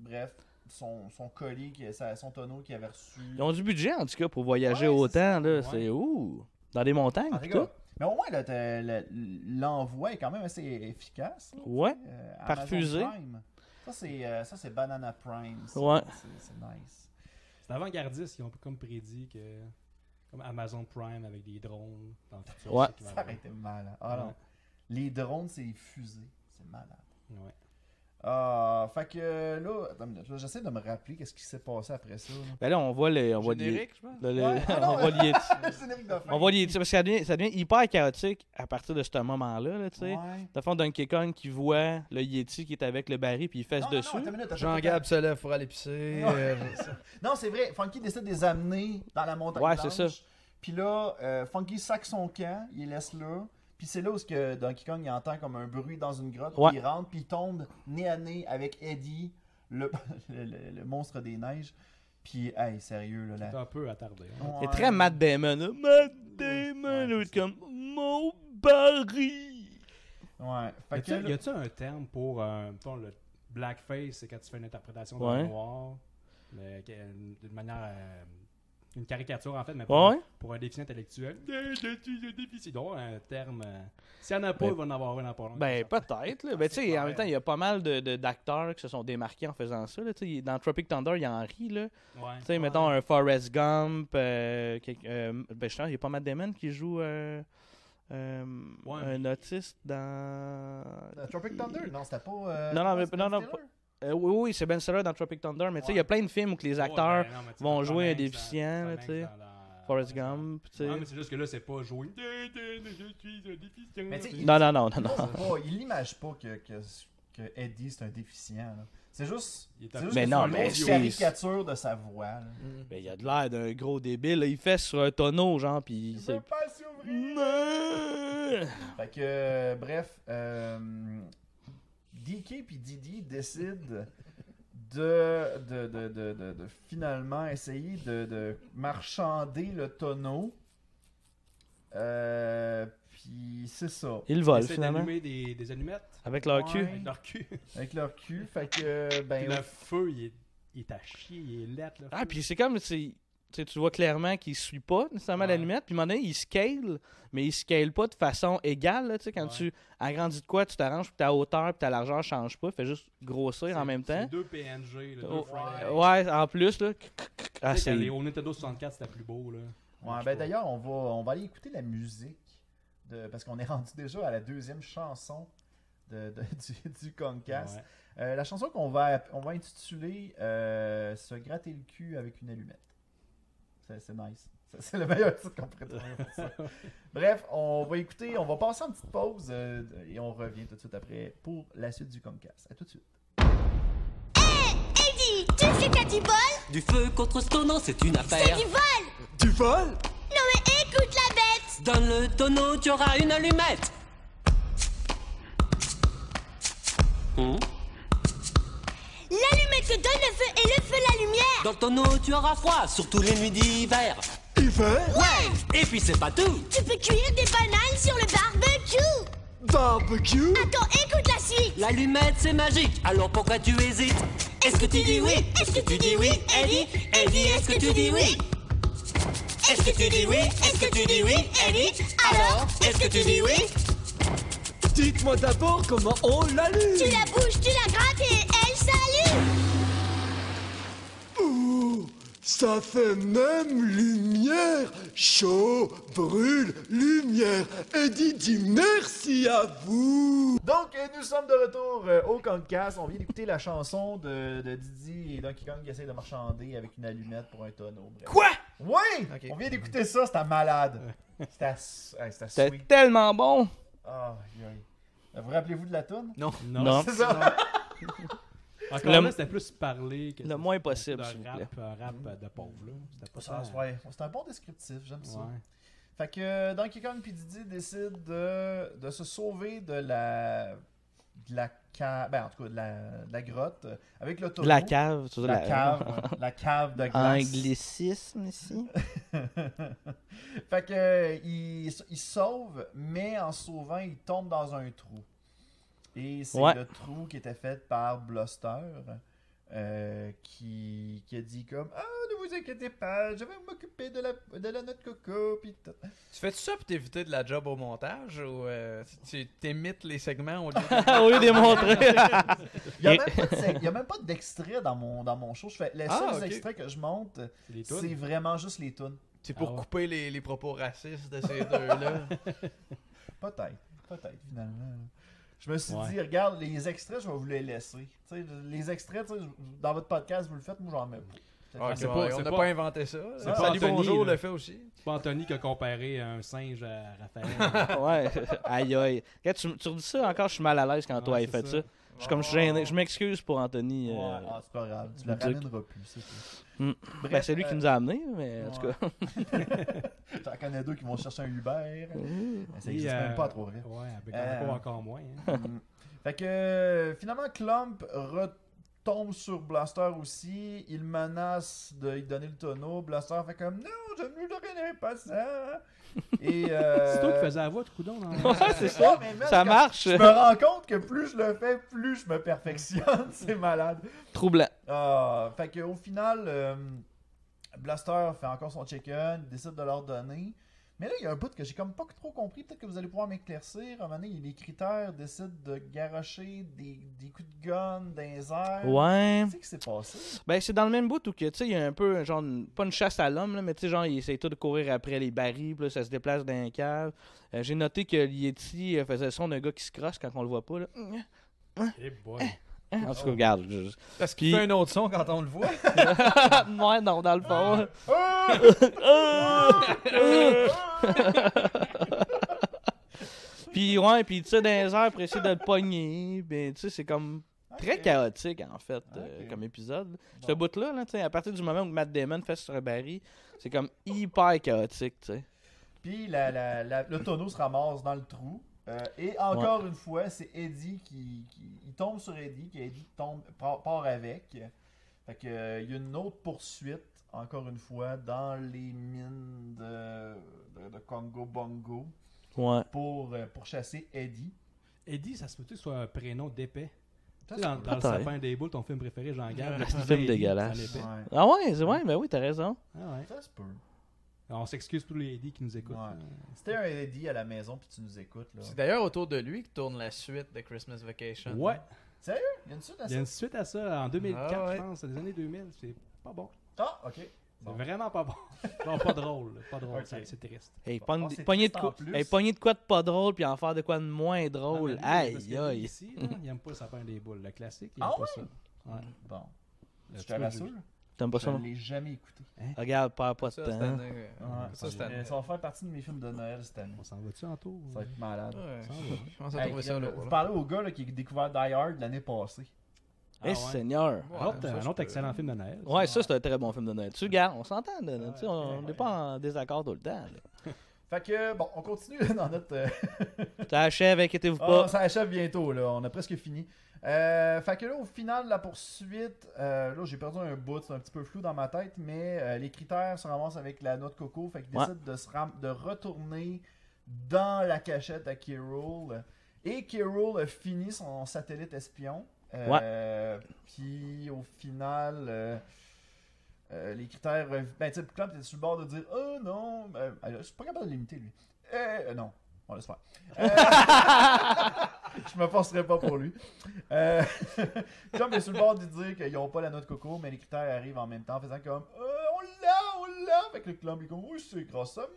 [SPEAKER 1] bref, son, son colis, qui- sa- son tonneau qu'il avait reçu.
[SPEAKER 3] Ils ont du budget, en tout cas, pour voyager
[SPEAKER 1] Ouais, Ah, c'est
[SPEAKER 3] autant, là.
[SPEAKER 2] Ouais.
[SPEAKER 3] C'est ouh! Dans les montagnes,
[SPEAKER 1] En
[SPEAKER 3] pis
[SPEAKER 1] tout
[SPEAKER 3] tout.
[SPEAKER 1] cas, mais au moins, là, t'as- le- l'envoi est quand même assez efficace. là,
[SPEAKER 3] Ouais.
[SPEAKER 1] tu sais, euh,
[SPEAKER 3] Par
[SPEAKER 1] Amazon
[SPEAKER 3] fusée.
[SPEAKER 1] Prime. Ça, c'est euh, ça, c'est Banana Prime. ça.
[SPEAKER 3] Ouais.
[SPEAKER 1] C'est- C'est nice.
[SPEAKER 2] C'est avant-gardiste, ils ont comme prédit que. Comme Amazon Prime avec des drones dans le futur.
[SPEAKER 3] Ouais.
[SPEAKER 2] c'est qu'il va y
[SPEAKER 1] Ça
[SPEAKER 2] avoir.
[SPEAKER 1] aurait été malade. Ah non.
[SPEAKER 2] Ouais.
[SPEAKER 1] Les drones, c'est les fusées. C'est malade.
[SPEAKER 2] Ouais.
[SPEAKER 1] Ah, fait que là, attends une minute, là, j'essaie de me rappeler qu'est-ce qui s'est passé après ça. là.
[SPEAKER 3] Ben là, on voit les. On voit les-
[SPEAKER 5] générique, je pense.
[SPEAKER 3] le- le-
[SPEAKER 1] Ouais. Ah non,
[SPEAKER 3] on voit les-
[SPEAKER 1] Le générique de fin.
[SPEAKER 3] On voit les. Parce que ça devient, ça devient hyper chaotique à partir de ce moment-là, là, tu sais.
[SPEAKER 1] Ouais.
[SPEAKER 3] Dans le fond, Donkey Kong qui voit le Yeti qui est avec le baril, puis il fesse
[SPEAKER 1] Non, non,
[SPEAKER 3] dessus.
[SPEAKER 1] non, attends une minute, attends une
[SPEAKER 5] Jean-Gab
[SPEAKER 1] minute.
[SPEAKER 5] se lève pour aller pisser.
[SPEAKER 1] Ouais.
[SPEAKER 5] euh,
[SPEAKER 1] Non, c'est vrai. Funky décide de les amener dans la montagne.
[SPEAKER 3] Ouais,
[SPEAKER 1] blanche.
[SPEAKER 3] c'est ça.
[SPEAKER 1] Puis là, euh, Funky sac son camp, il laisse là. Puis c'est là où ce que Donkey Kong il entend comme un bruit dans une grotte.
[SPEAKER 3] Ouais.
[SPEAKER 1] Puis il rentre, puis il tombe nez à nez avec Eddie, le, le- le- le monstre des neiges. Puis, hey, sérieux, là.
[SPEAKER 2] C'est
[SPEAKER 1] là.
[SPEAKER 2] un peu attardé. hein.
[SPEAKER 3] C'est
[SPEAKER 1] Ouais.
[SPEAKER 3] très Matt Damon, là. Matt Damon, l'autre comme mon baril.
[SPEAKER 1] Ouais.
[SPEAKER 2] Y
[SPEAKER 1] Fait que,
[SPEAKER 2] a-tu-
[SPEAKER 1] là-
[SPEAKER 2] y a-tu un terme pour euh, mettons, le blackface, c'est quand tu fais une interprétation dans
[SPEAKER 3] Ouais.
[SPEAKER 2] le noir, mais que- d'une manière, euh, une caricature en fait, mais pour,
[SPEAKER 3] Ouais.
[SPEAKER 2] pour un déficit intellectuel. Euh, je suis un déficit. Il doit y avoir un terme. euh, S'il n'y en a pas,
[SPEAKER 3] Ben-
[SPEAKER 2] il va en avoir un dans pas longtemps.
[SPEAKER 3] Ben peut-être. là. Ben tu sais, en
[SPEAKER 1] clair.
[SPEAKER 3] même temps, il y a pas mal de de- d'acteurs qui se sont démarqués en faisant ça. Là. Tu sais, Dans Tropic Thunder, il y en rit, là.
[SPEAKER 2] Ouais.
[SPEAKER 3] Tu sais, mettons un Forrest Gump. Euh, quel- euh, ben, je pense, il y a pas Matt Damon qui joue euh, euh,
[SPEAKER 2] Ouais.
[SPEAKER 3] un autiste dans.
[SPEAKER 1] euh, Tropic Thunder, non, c'était pas. euh,
[SPEAKER 3] Non, non, mais-
[SPEAKER 1] c'était
[SPEAKER 3] non,
[SPEAKER 1] pas
[SPEAKER 3] non,
[SPEAKER 1] Taylor?
[SPEAKER 3] Euh, oui, oui, c'est Ben Stiller dans Tropic Thunder, mais tu sais, il y a
[SPEAKER 2] Ouais.
[SPEAKER 3] plein de films où que les
[SPEAKER 2] Ouais,
[SPEAKER 3] acteurs,
[SPEAKER 2] ben non, mais tu sais,
[SPEAKER 3] vont
[SPEAKER 2] Tom
[SPEAKER 3] jouer un
[SPEAKER 2] Hanks dans-
[SPEAKER 3] déficient,
[SPEAKER 2] Tom
[SPEAKER 3] là,
[SPEAKER 2] Hanks
[SPEAKER 3] tu sais.
[SPEAKER 2] dans la-
[SPEAKER 3] Forrest
[SPEAKER 2] dans la-
[SPEAKER 3] Gump, tu sais.
[SPEAKER 2] Ouais, mais c'est juste que là, c'est pas jouer. Je suis un déficient.
[SPEAKER 1] Mais tu sais,
[SPEAKER 3] Non, non, non, non, non.
[SPEAKER 1] C'est pas- Oh, il l'image pas que, que, que Eddie, c'est un déficient. là. C'est juste.
[SPEAKER 2] Il est
[SPEAKER 1] C'est
[SPEAKER 2] un-
[SPEAKER 1] juste
[SPEAKER 3] Mais
[SPEAKER 1] que
[SPEAKER 3] non,
[SPEAKER 1] c'est une
[SPEAKER 3] mais
[SPEAKER 1] grosse
[SPEAKER 3] c'est-
[SPEAKER 1] caricature de sa voix. là.
[SPEAKER 3] Ben, il a de l'air d'un gros débile. là. Il fesse sur un tonneau, genre, puis
[SPEAKER 1] Il
[SPEAKER 3] il
[SPEAKER 1] veut
[SPEAKER 3] sait-
[SPEAKER 1] pas s'ouvrir.
[SPEAKER 3] Non!
[SPEAKER 1] Fait que, euh, bref, euh, DK puis Didi décident de, de, de, de, de- de finalement essayer de, de marchander le tonneau Euh, puis c'est ça.
[SPEAKER 3] Ils
[SPEAKER 2] Ils
[SPEAKER 3] volent
[SPEAKER 2] essaient
[SPEAKER 3] finalement.
[SPEAKER 2] d'allumer des, des allumettes
[SPEAKER 3] Avec leur
[SPEAKER 1] Ouais.
[SPEAKER 3] cul.
[SPEAKER 2] avec leur cul.
[SPEAKER 1] Avec leur cul, fait que ben
[SPEAKER 2] Puis le feu, il est, il est à chier, il est lettre. le
[SPEAKER 3] Ah,
[SPEAKER 2] feu.
[SPEAKER 3] puis c'est comme, c'est- tu sais, tu vois clairement qu'il ne suit pas nécessairement la
[SPEAKER 2] Ouais.
[SPEAKER 3] l'allumette. Puis à un moment donné, il scale, mais il scale pas de façon égale. là, tu sais, quand
[SPEAKER 2] Ouais.
[SPEAKER 3] tu agrandis de quoi, tu t'arranges, puis ta hauteur, puis ta largeur change pas. Fait juste grossir en même
[SPEAKER 2] C'est
[SPEAKER 3] temps.
[SPEAKER 2] deux PNG, là, deux
[SPEAKER 3] Oh,
[SPEAKER 2] frames.
[SPEAKER 3] ouais, en plus, là. Ah,
[SPEAKER 2] Tu sais,
[SPEAKER 3] c'est-
[SPEAKER 2] quand les- Au Nintendo 64, c'était plus beau. Là.
[SPEAKER 1] Ouais, ben d'ailleurs, on va, on va aller écouter la musique. De, parce qu'on est rendu déjà à la deuxième chanson de, de- du, du Comcast.
[SPEAKER 2] Ouais.
[SPEAKER 1] Euh, la chanson qu'on va, on va intituler euh, Se gratter le cul avec une allumette. C'est c'est nice. Ça, C'est le meilleur titre qu'on pourrait trouver pour ça. Bref, on va écouter, on va passer en petite pause euh, et on revient tout de suite après pour la suite du Comcast. À tout de suite.
[SPEAKER 8] Eddie, tu sais que t'as du bol
[SPEAKER 9] Du feu contre ce tonneau, c'est une
[SPEAKER 8] T'as
[SPEAKER 9] affaire.
[SPEAKER 8] du vol
[SPEAKER 9] Du vol
[SPEAKER 8] Non mais écoute la bête
[SPEAKER 9] Donne le tonneau, tu auras une allumette. Hmm.
[SPEAKER 8] L'allumette te donne le feu et le feu la lumière
[SPEAKER 9] Dans le tonneau, tu auras froid, surtout les nuits d'hiver. Hiver Ouais Et puis c'est pas tout
[SPEAKER 8] Tu peux cuire des bananes sur le barbecue
[SPEAKER 9] Barbecue
[SPEAKER 8] Attends, écoute la suite
[SPEAKER 9] L'allumette, c'est magique, alors pourquoi tu hésites Est-ce que tu dis oui Est-ce que tu dis oui Eddie Eddie, est-ce que tu dis oui Est-ce que tu dis oui Est-ce que tu dis oui Eddie Alors, est-ce que tu dis oui Dites-moi d'abord comment on l'allume
[SPEAKER 8] Tu la bouges, tu la grattes et elle s'allume
[SPEAKER 7] Ça fait même lumière. Chaud, brûle, lumière. Eddie dit merci à vous.
[SPEAKER 1] Donc, euh, nous sommes de retour euh, au Concast. On vient d'écouter la chanson de, de Didi et Donkey Kong qui essayent de marchander avec une allumette pour un tonneau. Quoi? Oui!
[SPEAKER 5] Ok.
[SPEAKER 1] On vient d'écouter ça, c'était malade. C'était ass- hey, c'était
[SPEAKER 3] C'était
[SPEAKER 1] sweet.
[SPEAKER 3] tellement bon.
[SPEAKER 1] Ah, aïe. Vous rappelez-vous de la toune?
[SPEAKER 2] Non.
[SPEAKER 3] Non.
[SPEAKER 1] C'est ça?
[SPEAKER 2] Encore
[SPEAKER 3] Le-
[SPEAKER 2] là, c'était plus parler que
[SPEAKER 3] Le moins possible,
[SPEAKER 2] d'un
[SPEAKER 3] s'il vous
[SPEAKER 2] rap, un rap euh, de pauvre. là. C'était pas ça.
[SPEAKER 1] Ça, ouais, C'est un bon descriptif, j'aime ça.
[SPEAKER 2] Ouais.
[SPEAKER 1] Fait que euh, Donkey Kong puis Didi décident de, de se sauver de la. de la cave. Ben, en tout cas, de la, de la grotte euh, avec le tonneau.
[SPEAKER 3] La cave, tu vois,
[SPEAKER 1] La cave, ouais. la cave de glace.
[SPEAKER 3] Un anglicisme ici.
[SPEAKER 1] fait que euh, il, il sauve, mais en sauvant, il tombe dans un trou. Et c'est
[SPEAKER 3] Ouais.
[SPEAKER 1] le trou qui était fait par Bluster euh, qui, qui a dit comme Ah, ne vous inquiétez pas, je vais m'occuper de la, de la noix de coco. Puis tout.
[SPEAKER 5] Tu fais ça pour t'éviter de la job au montage ou euh, tu t'émites les segments au lieu de-
[SPEAKER 3] Au lieu de les montrer.
[SPEAKER 1] Il n'y a, même pas de sec- il y a même pas d'extrait dans mon, dans mon show. Je fais, les
[SPEAKER 5] Ah,
[SPEAKER 1] seuls
[SPEAKER 5] ok.
[SPEAKER 1] extraits que je monte,
[SPEAKER 2] C'est les tunes.
[SPEAKER 1] c'est vraiment juste les tunes.
[SPEAKER 5] C'est pour
[SPEAKER 2] Ah ouais.
[SPEAKER 5] couper les, les propos racistes de ces deux-là.
[SPEAKER 1] Peut-être, peut-être finalement. Je me suis
[SPEAKER 2] Ouais.
[SPEAKER 1] dit, regarde, les extraits, je vais vous les laisser. Tu sais, les extraits, tu sais, je- dans votre podcast, vous le faites, moi j'en mets pas.
[SPEAKER 5] Ah,
[SPEAKER 2] c'est
[SPEAKER 5] ouais,
[SPEAKER 2] pas-
[SPEAKER 5] on
[SPEAKER 2] c'est
[SPEAKER 5] n'a
[SPEAKER 2] pas-
[SPEAKER 5] pas inventé ça.
[SPEAKER 2] c'est pas
[SPEAKER 5] Salut,
[SPEAKER 2] Anthony,
[SPEAKER 5] bonjour,
[SPEAKER 2] là.
[SPEAKER 5] le fait aussi.
[SPEAKER 2] C'est pas Anthony qui a comparé un singe à Raphaël.
[SPEAKER 3] ouais, aïe aïe. Regarde, tu, tu redis ça encore, je suis mal à l'aise quand toi,
[SPEAKER 2] Ouais,
[SPEAKER 3] il
[SPEAKER 2] c'est
[SPEAKER 3] fait ça.
[SPEAKER 2] ça.
[SPEAKER 3] Je suis comme, je suis gêné. Je m'excuse pour Anthony.
[SPEAKER 1] Ouais,
[SPEAKER 3] euh,
[SPEAKER 1] ah, c'est pas grave, tu le
[SPEAKER 3] Duc.
[SPEAKER 1] ramèneras plus, c'est tout.
[SPEAKER 3] Hmm.
[SPEAKER 1] Bref,
[SPEAKER 3] ben, c'est lui
[SPEAKER 1] euh,
[SPEAKER 3] qui nous a amenés, mais en tout
[SPEAKER 1] ouais.
[SPEAKER 3] cas.
[SPEAKER 1] J'en connais deux qui vont chercher un Uber. Ça
[SPEAKER 2] Et,
[SPEAKER 1] existe même
[SPEAKER 2] euh,
[SPEAKER 1] pas trop vrai.
[SPEAKER 2] ouais, avec
[SPEAKER 1] Euh.
[SPEAKER 2] encore, encore moins. hein.
[SPEAKER 1] Fait que euh, finalement, Clump retombe sur Blaster aussi. Il menace de lui donner le tonneau. Blaster fait comme non, je ne donnerai pas ça. Et euh,
[SPEAKER 2] C'est toi qui faisais la voix de coudon dans
[SPEAKER 3] Ouais, c'est ça.
[SPEAKER 1] Ouais, mais man,
[SPEAKER 3] Ça
[SPEAKER 1] quand-
[SPEAKER 3] marche.
[SPEAKER 1] Je me rends compte que plus je le fais, plus je me perfectionne. C'est malade.
[SPEAKER 3] Troublant.
[SPEAKER 1] Ah, fait que au final, euh, Blaster fait encore son chicken, il décide de leur donner. Mais là, il y a un bout que j'ai comme pas trop compris. Peut-être que vous allez pouvoir m'éclaircir. À un moment donné, les critères décident de garocher des, des coups de gun dans les airs.
[SPEAKER 3] Ouais.
[SPEAKER 1] Qu'est-ce qui s'est passé?
[SPEAKER 3] Ben, c'est dans le même bout où que, tu sais, il y a un peu, genre, une- pas une chasse à l'homme, là, mais tu sais, genre, il essaye tout de courir après les barils, puis là, ça se déplace dans un cave. Euh, J'ai noté que Yeti euh, faisait le son d'un gars qui se crosse quand on le voit pas, là.
[SPEAKER 2] Eh boy.
[SPEAKER 3] En tout cas, regarde. je-
[SPEAKER 5] Parce
[SPEAKER 3] qu'il
[SPEAKER 5] qu'il
[SPEAKER 3] fait
[SPEAKER 5] fait un autre son quand on le voit.
[SPEAKER 3] ouais, non, dans le fond. puis, ouais, puis, tu sais, dans les airs, pour essayer de le pogner, ben, tu sais, c'est comme très
[SPEAKER 1] Ok.
[SPEAKER 3] chaotique, en fait, euh,
[SPEAKER 1] Ok.
[SPEAKER 3] comme épisode. Ce
[SPEAKER 1] Bon.
[SPEAKER 3] bout-là, là, tu sais, à partir du moment où Matt Damon fait sur un baril, c'est comme hyper chaotique, tu sais.
[SPEAKER 1] Puis la- la- la- le tonneau se ramasse dans le trou. Euh, et encore une fois, c'est Eddie qui, qui- il tombe sur Eddie, qui Eddie tombe, part, part avec. Fait que, euh, il y a une autre poursuite encore une fois, dans les mines de, de- de Congo-Bongo
[SPEAKER 3] Ouais.
[SPEAKER 1] pour, euh, pour chasser Eddie.
[SPEAKER 2] Eddie, ça se peut-tu que ce soit un prénom d'épais?
[SPEAKER 1] Ça,
[SPEAKER 2] Tu sais, Dans, dans le
[SPEAKER 3] Peut-être.
[SPEAKER 2] sapin des boules, ton film préféré, jean garde.
[SPEAKER 3] Ah, c'est un film dégueulasse.
[SPEAKER 1] Ouais.
[SPEAKER 3] Ah ouais, c'est- ouais, ben oui, t'as raison.
[SPEAKER 1] Ça se peut.
[SPEAKER 2] Ah On s'excuse pour les Eddie qui nous écoutent.
[SPEAKER 1] Ouais. C'était un Eddie à la maison, puis tu nous écoutes. Là.
[SPEAKER 5] C'est d'ailleurs autour de lui que tourne la suite de Christmas Vacation.
[SPEAKER 2] Ouais,
[SPEAKER 1] Il y a une suite à
[SPEAKER 2] il y a
[SPEAKER 1] Ah, ça?
[SPEAKER 2] une suite à ça en 2004,
[SPEAKER 5] Ah ouais.
[SPEAKER 2] je pense, des années 2000. C'est pas bon.
[SPEAKER 1] Ah, ok.
[SPEAKER 2] C'est
[SPEAKER 1] Bon.
[SPEAKER 2] vraiment pas bon. non, pas drôle. Pas drôle,
[SPEAKER 1] Ok.
[SPEAKER 2] ça, c'est triste.
[SPEAKER 3] Hey,
[SPEAKER 1] Ah,
[SPEAKER 3] pogne-
[SPEAKER 1] c'est
[SPEAKER 3] pogner de
[SPEAKER 1] triste en
[SPEAKER 3] quoi,
[SPEAKER 1] plus.
[SPEAKER 3] hey, pogner de quoi de pas drôle, puis en faire de quoi de moins
[SPEAKER 2] Non, mais
[SPEAKER 3] drôle.
[SPEAKER 2] lui, parce
[SPEAKER 3] Oh,
[SPEAKER 2] que
[SPEAKER 3] Aïe,
[SPEAKER 2] lui,
[SPEAKER 3] aïe.
[SPEAKER 2] Ici, là, il aime pas le sapin des boules, le classique. Il
[SPEAKER 1] Ah
[SPEAKER 2] aime pas ça. Ouais.
[SPEAKER 1] Bon. Je
[SPEAKER 2] Tu
[SPEAKER 1] te
[SPEAKER 2] vois,
[SPEAKER 1] rassure,
[SPEAKER 3] T'aimes pas
[SPEAKER 1] je
[SPEAKER 3] ça,
[SPEAKER 1] ne
[SPEAKER 3] non?
[SPEAKER 1] l'ai jamais écouté.
[SPEAKER 3] Regarde, perds pas de
[SPEAKER 5] Ça, c'est
[SPEAKER 3] temps. Eh,
[SPEAKER 5] un- euh,
[SPEAKER 1] Ouais.
[SPEAKER 5] ça, c'est un-
[SPEAKER 1] Mais Ah, ça va faire partie de mes films de Noël cette année.
[SPEAKER 2] On s'en va-tu en tour?
[SPEAKER 1] Ça va être malade.
[SPEAKER 5] Ouais,
[SPEAKER 2] Ça va.
[SPEAKER 5] je pense à
[SPEAKER 1] Hey, euh,
[SPEAKER 5] trouver ça là.
[SPEAKER 1] vous parlez au gars là, qui a découvert Die Hard l'année passée.
[SPEAKER 3] Eh, Seigneur.
[SPEAKER 2] Un autre, un autre excellent film de Noël. ça.
[SPEAKER 3] Ouais, ça, c'est un très bon film de Noël. Tu regardes, on s'entend, là, tu sais, on
[SPEAKER 1] ouais.
[SPEAKER 3] n'est pas en désaccord tout le temps. là.
[SPEAKER 1] Fait que, bon, on continue là, dans notre... euh,
[SPEAKER 3] T'achèves, inquiétez-vous
[SPEAKER 1] Ah,
[SPEAKER 3] pas.
[SPEAKER 1] ça achève bientôt, là. On a presque fini. Euh, fait que là, au final de la poursuite, euh, là, j'ai perdu un bout, c'est un petit peu flou dans ma tête, mais euh, les critères se ramassent avec la noix de coco. Fait qu'ils
[SPEAKER 3] Ouais.
[SPEAKER 1] décident de, se ram- de retourner dans la cachette à K-Rool. Et K-Rool a fini son satellite espion. Euh, Puis au final. euh, euh, les critères. euh, Ben, tu sais, Clamp était sur le bord de dire Oh non, euh, je suis pas capable de l'imiter, lui. Euh, non, on laisse faire. Euh, je me forcerai pas pour lui. Euh, Trump est sur le bord de dire qu'ils n'ont pas la noix de coco, mais les critères arrivent en même temps, faisant comme Euh, on l'a, on l'a. Fait que le Clump est comme Oui, c'est grâce à moi.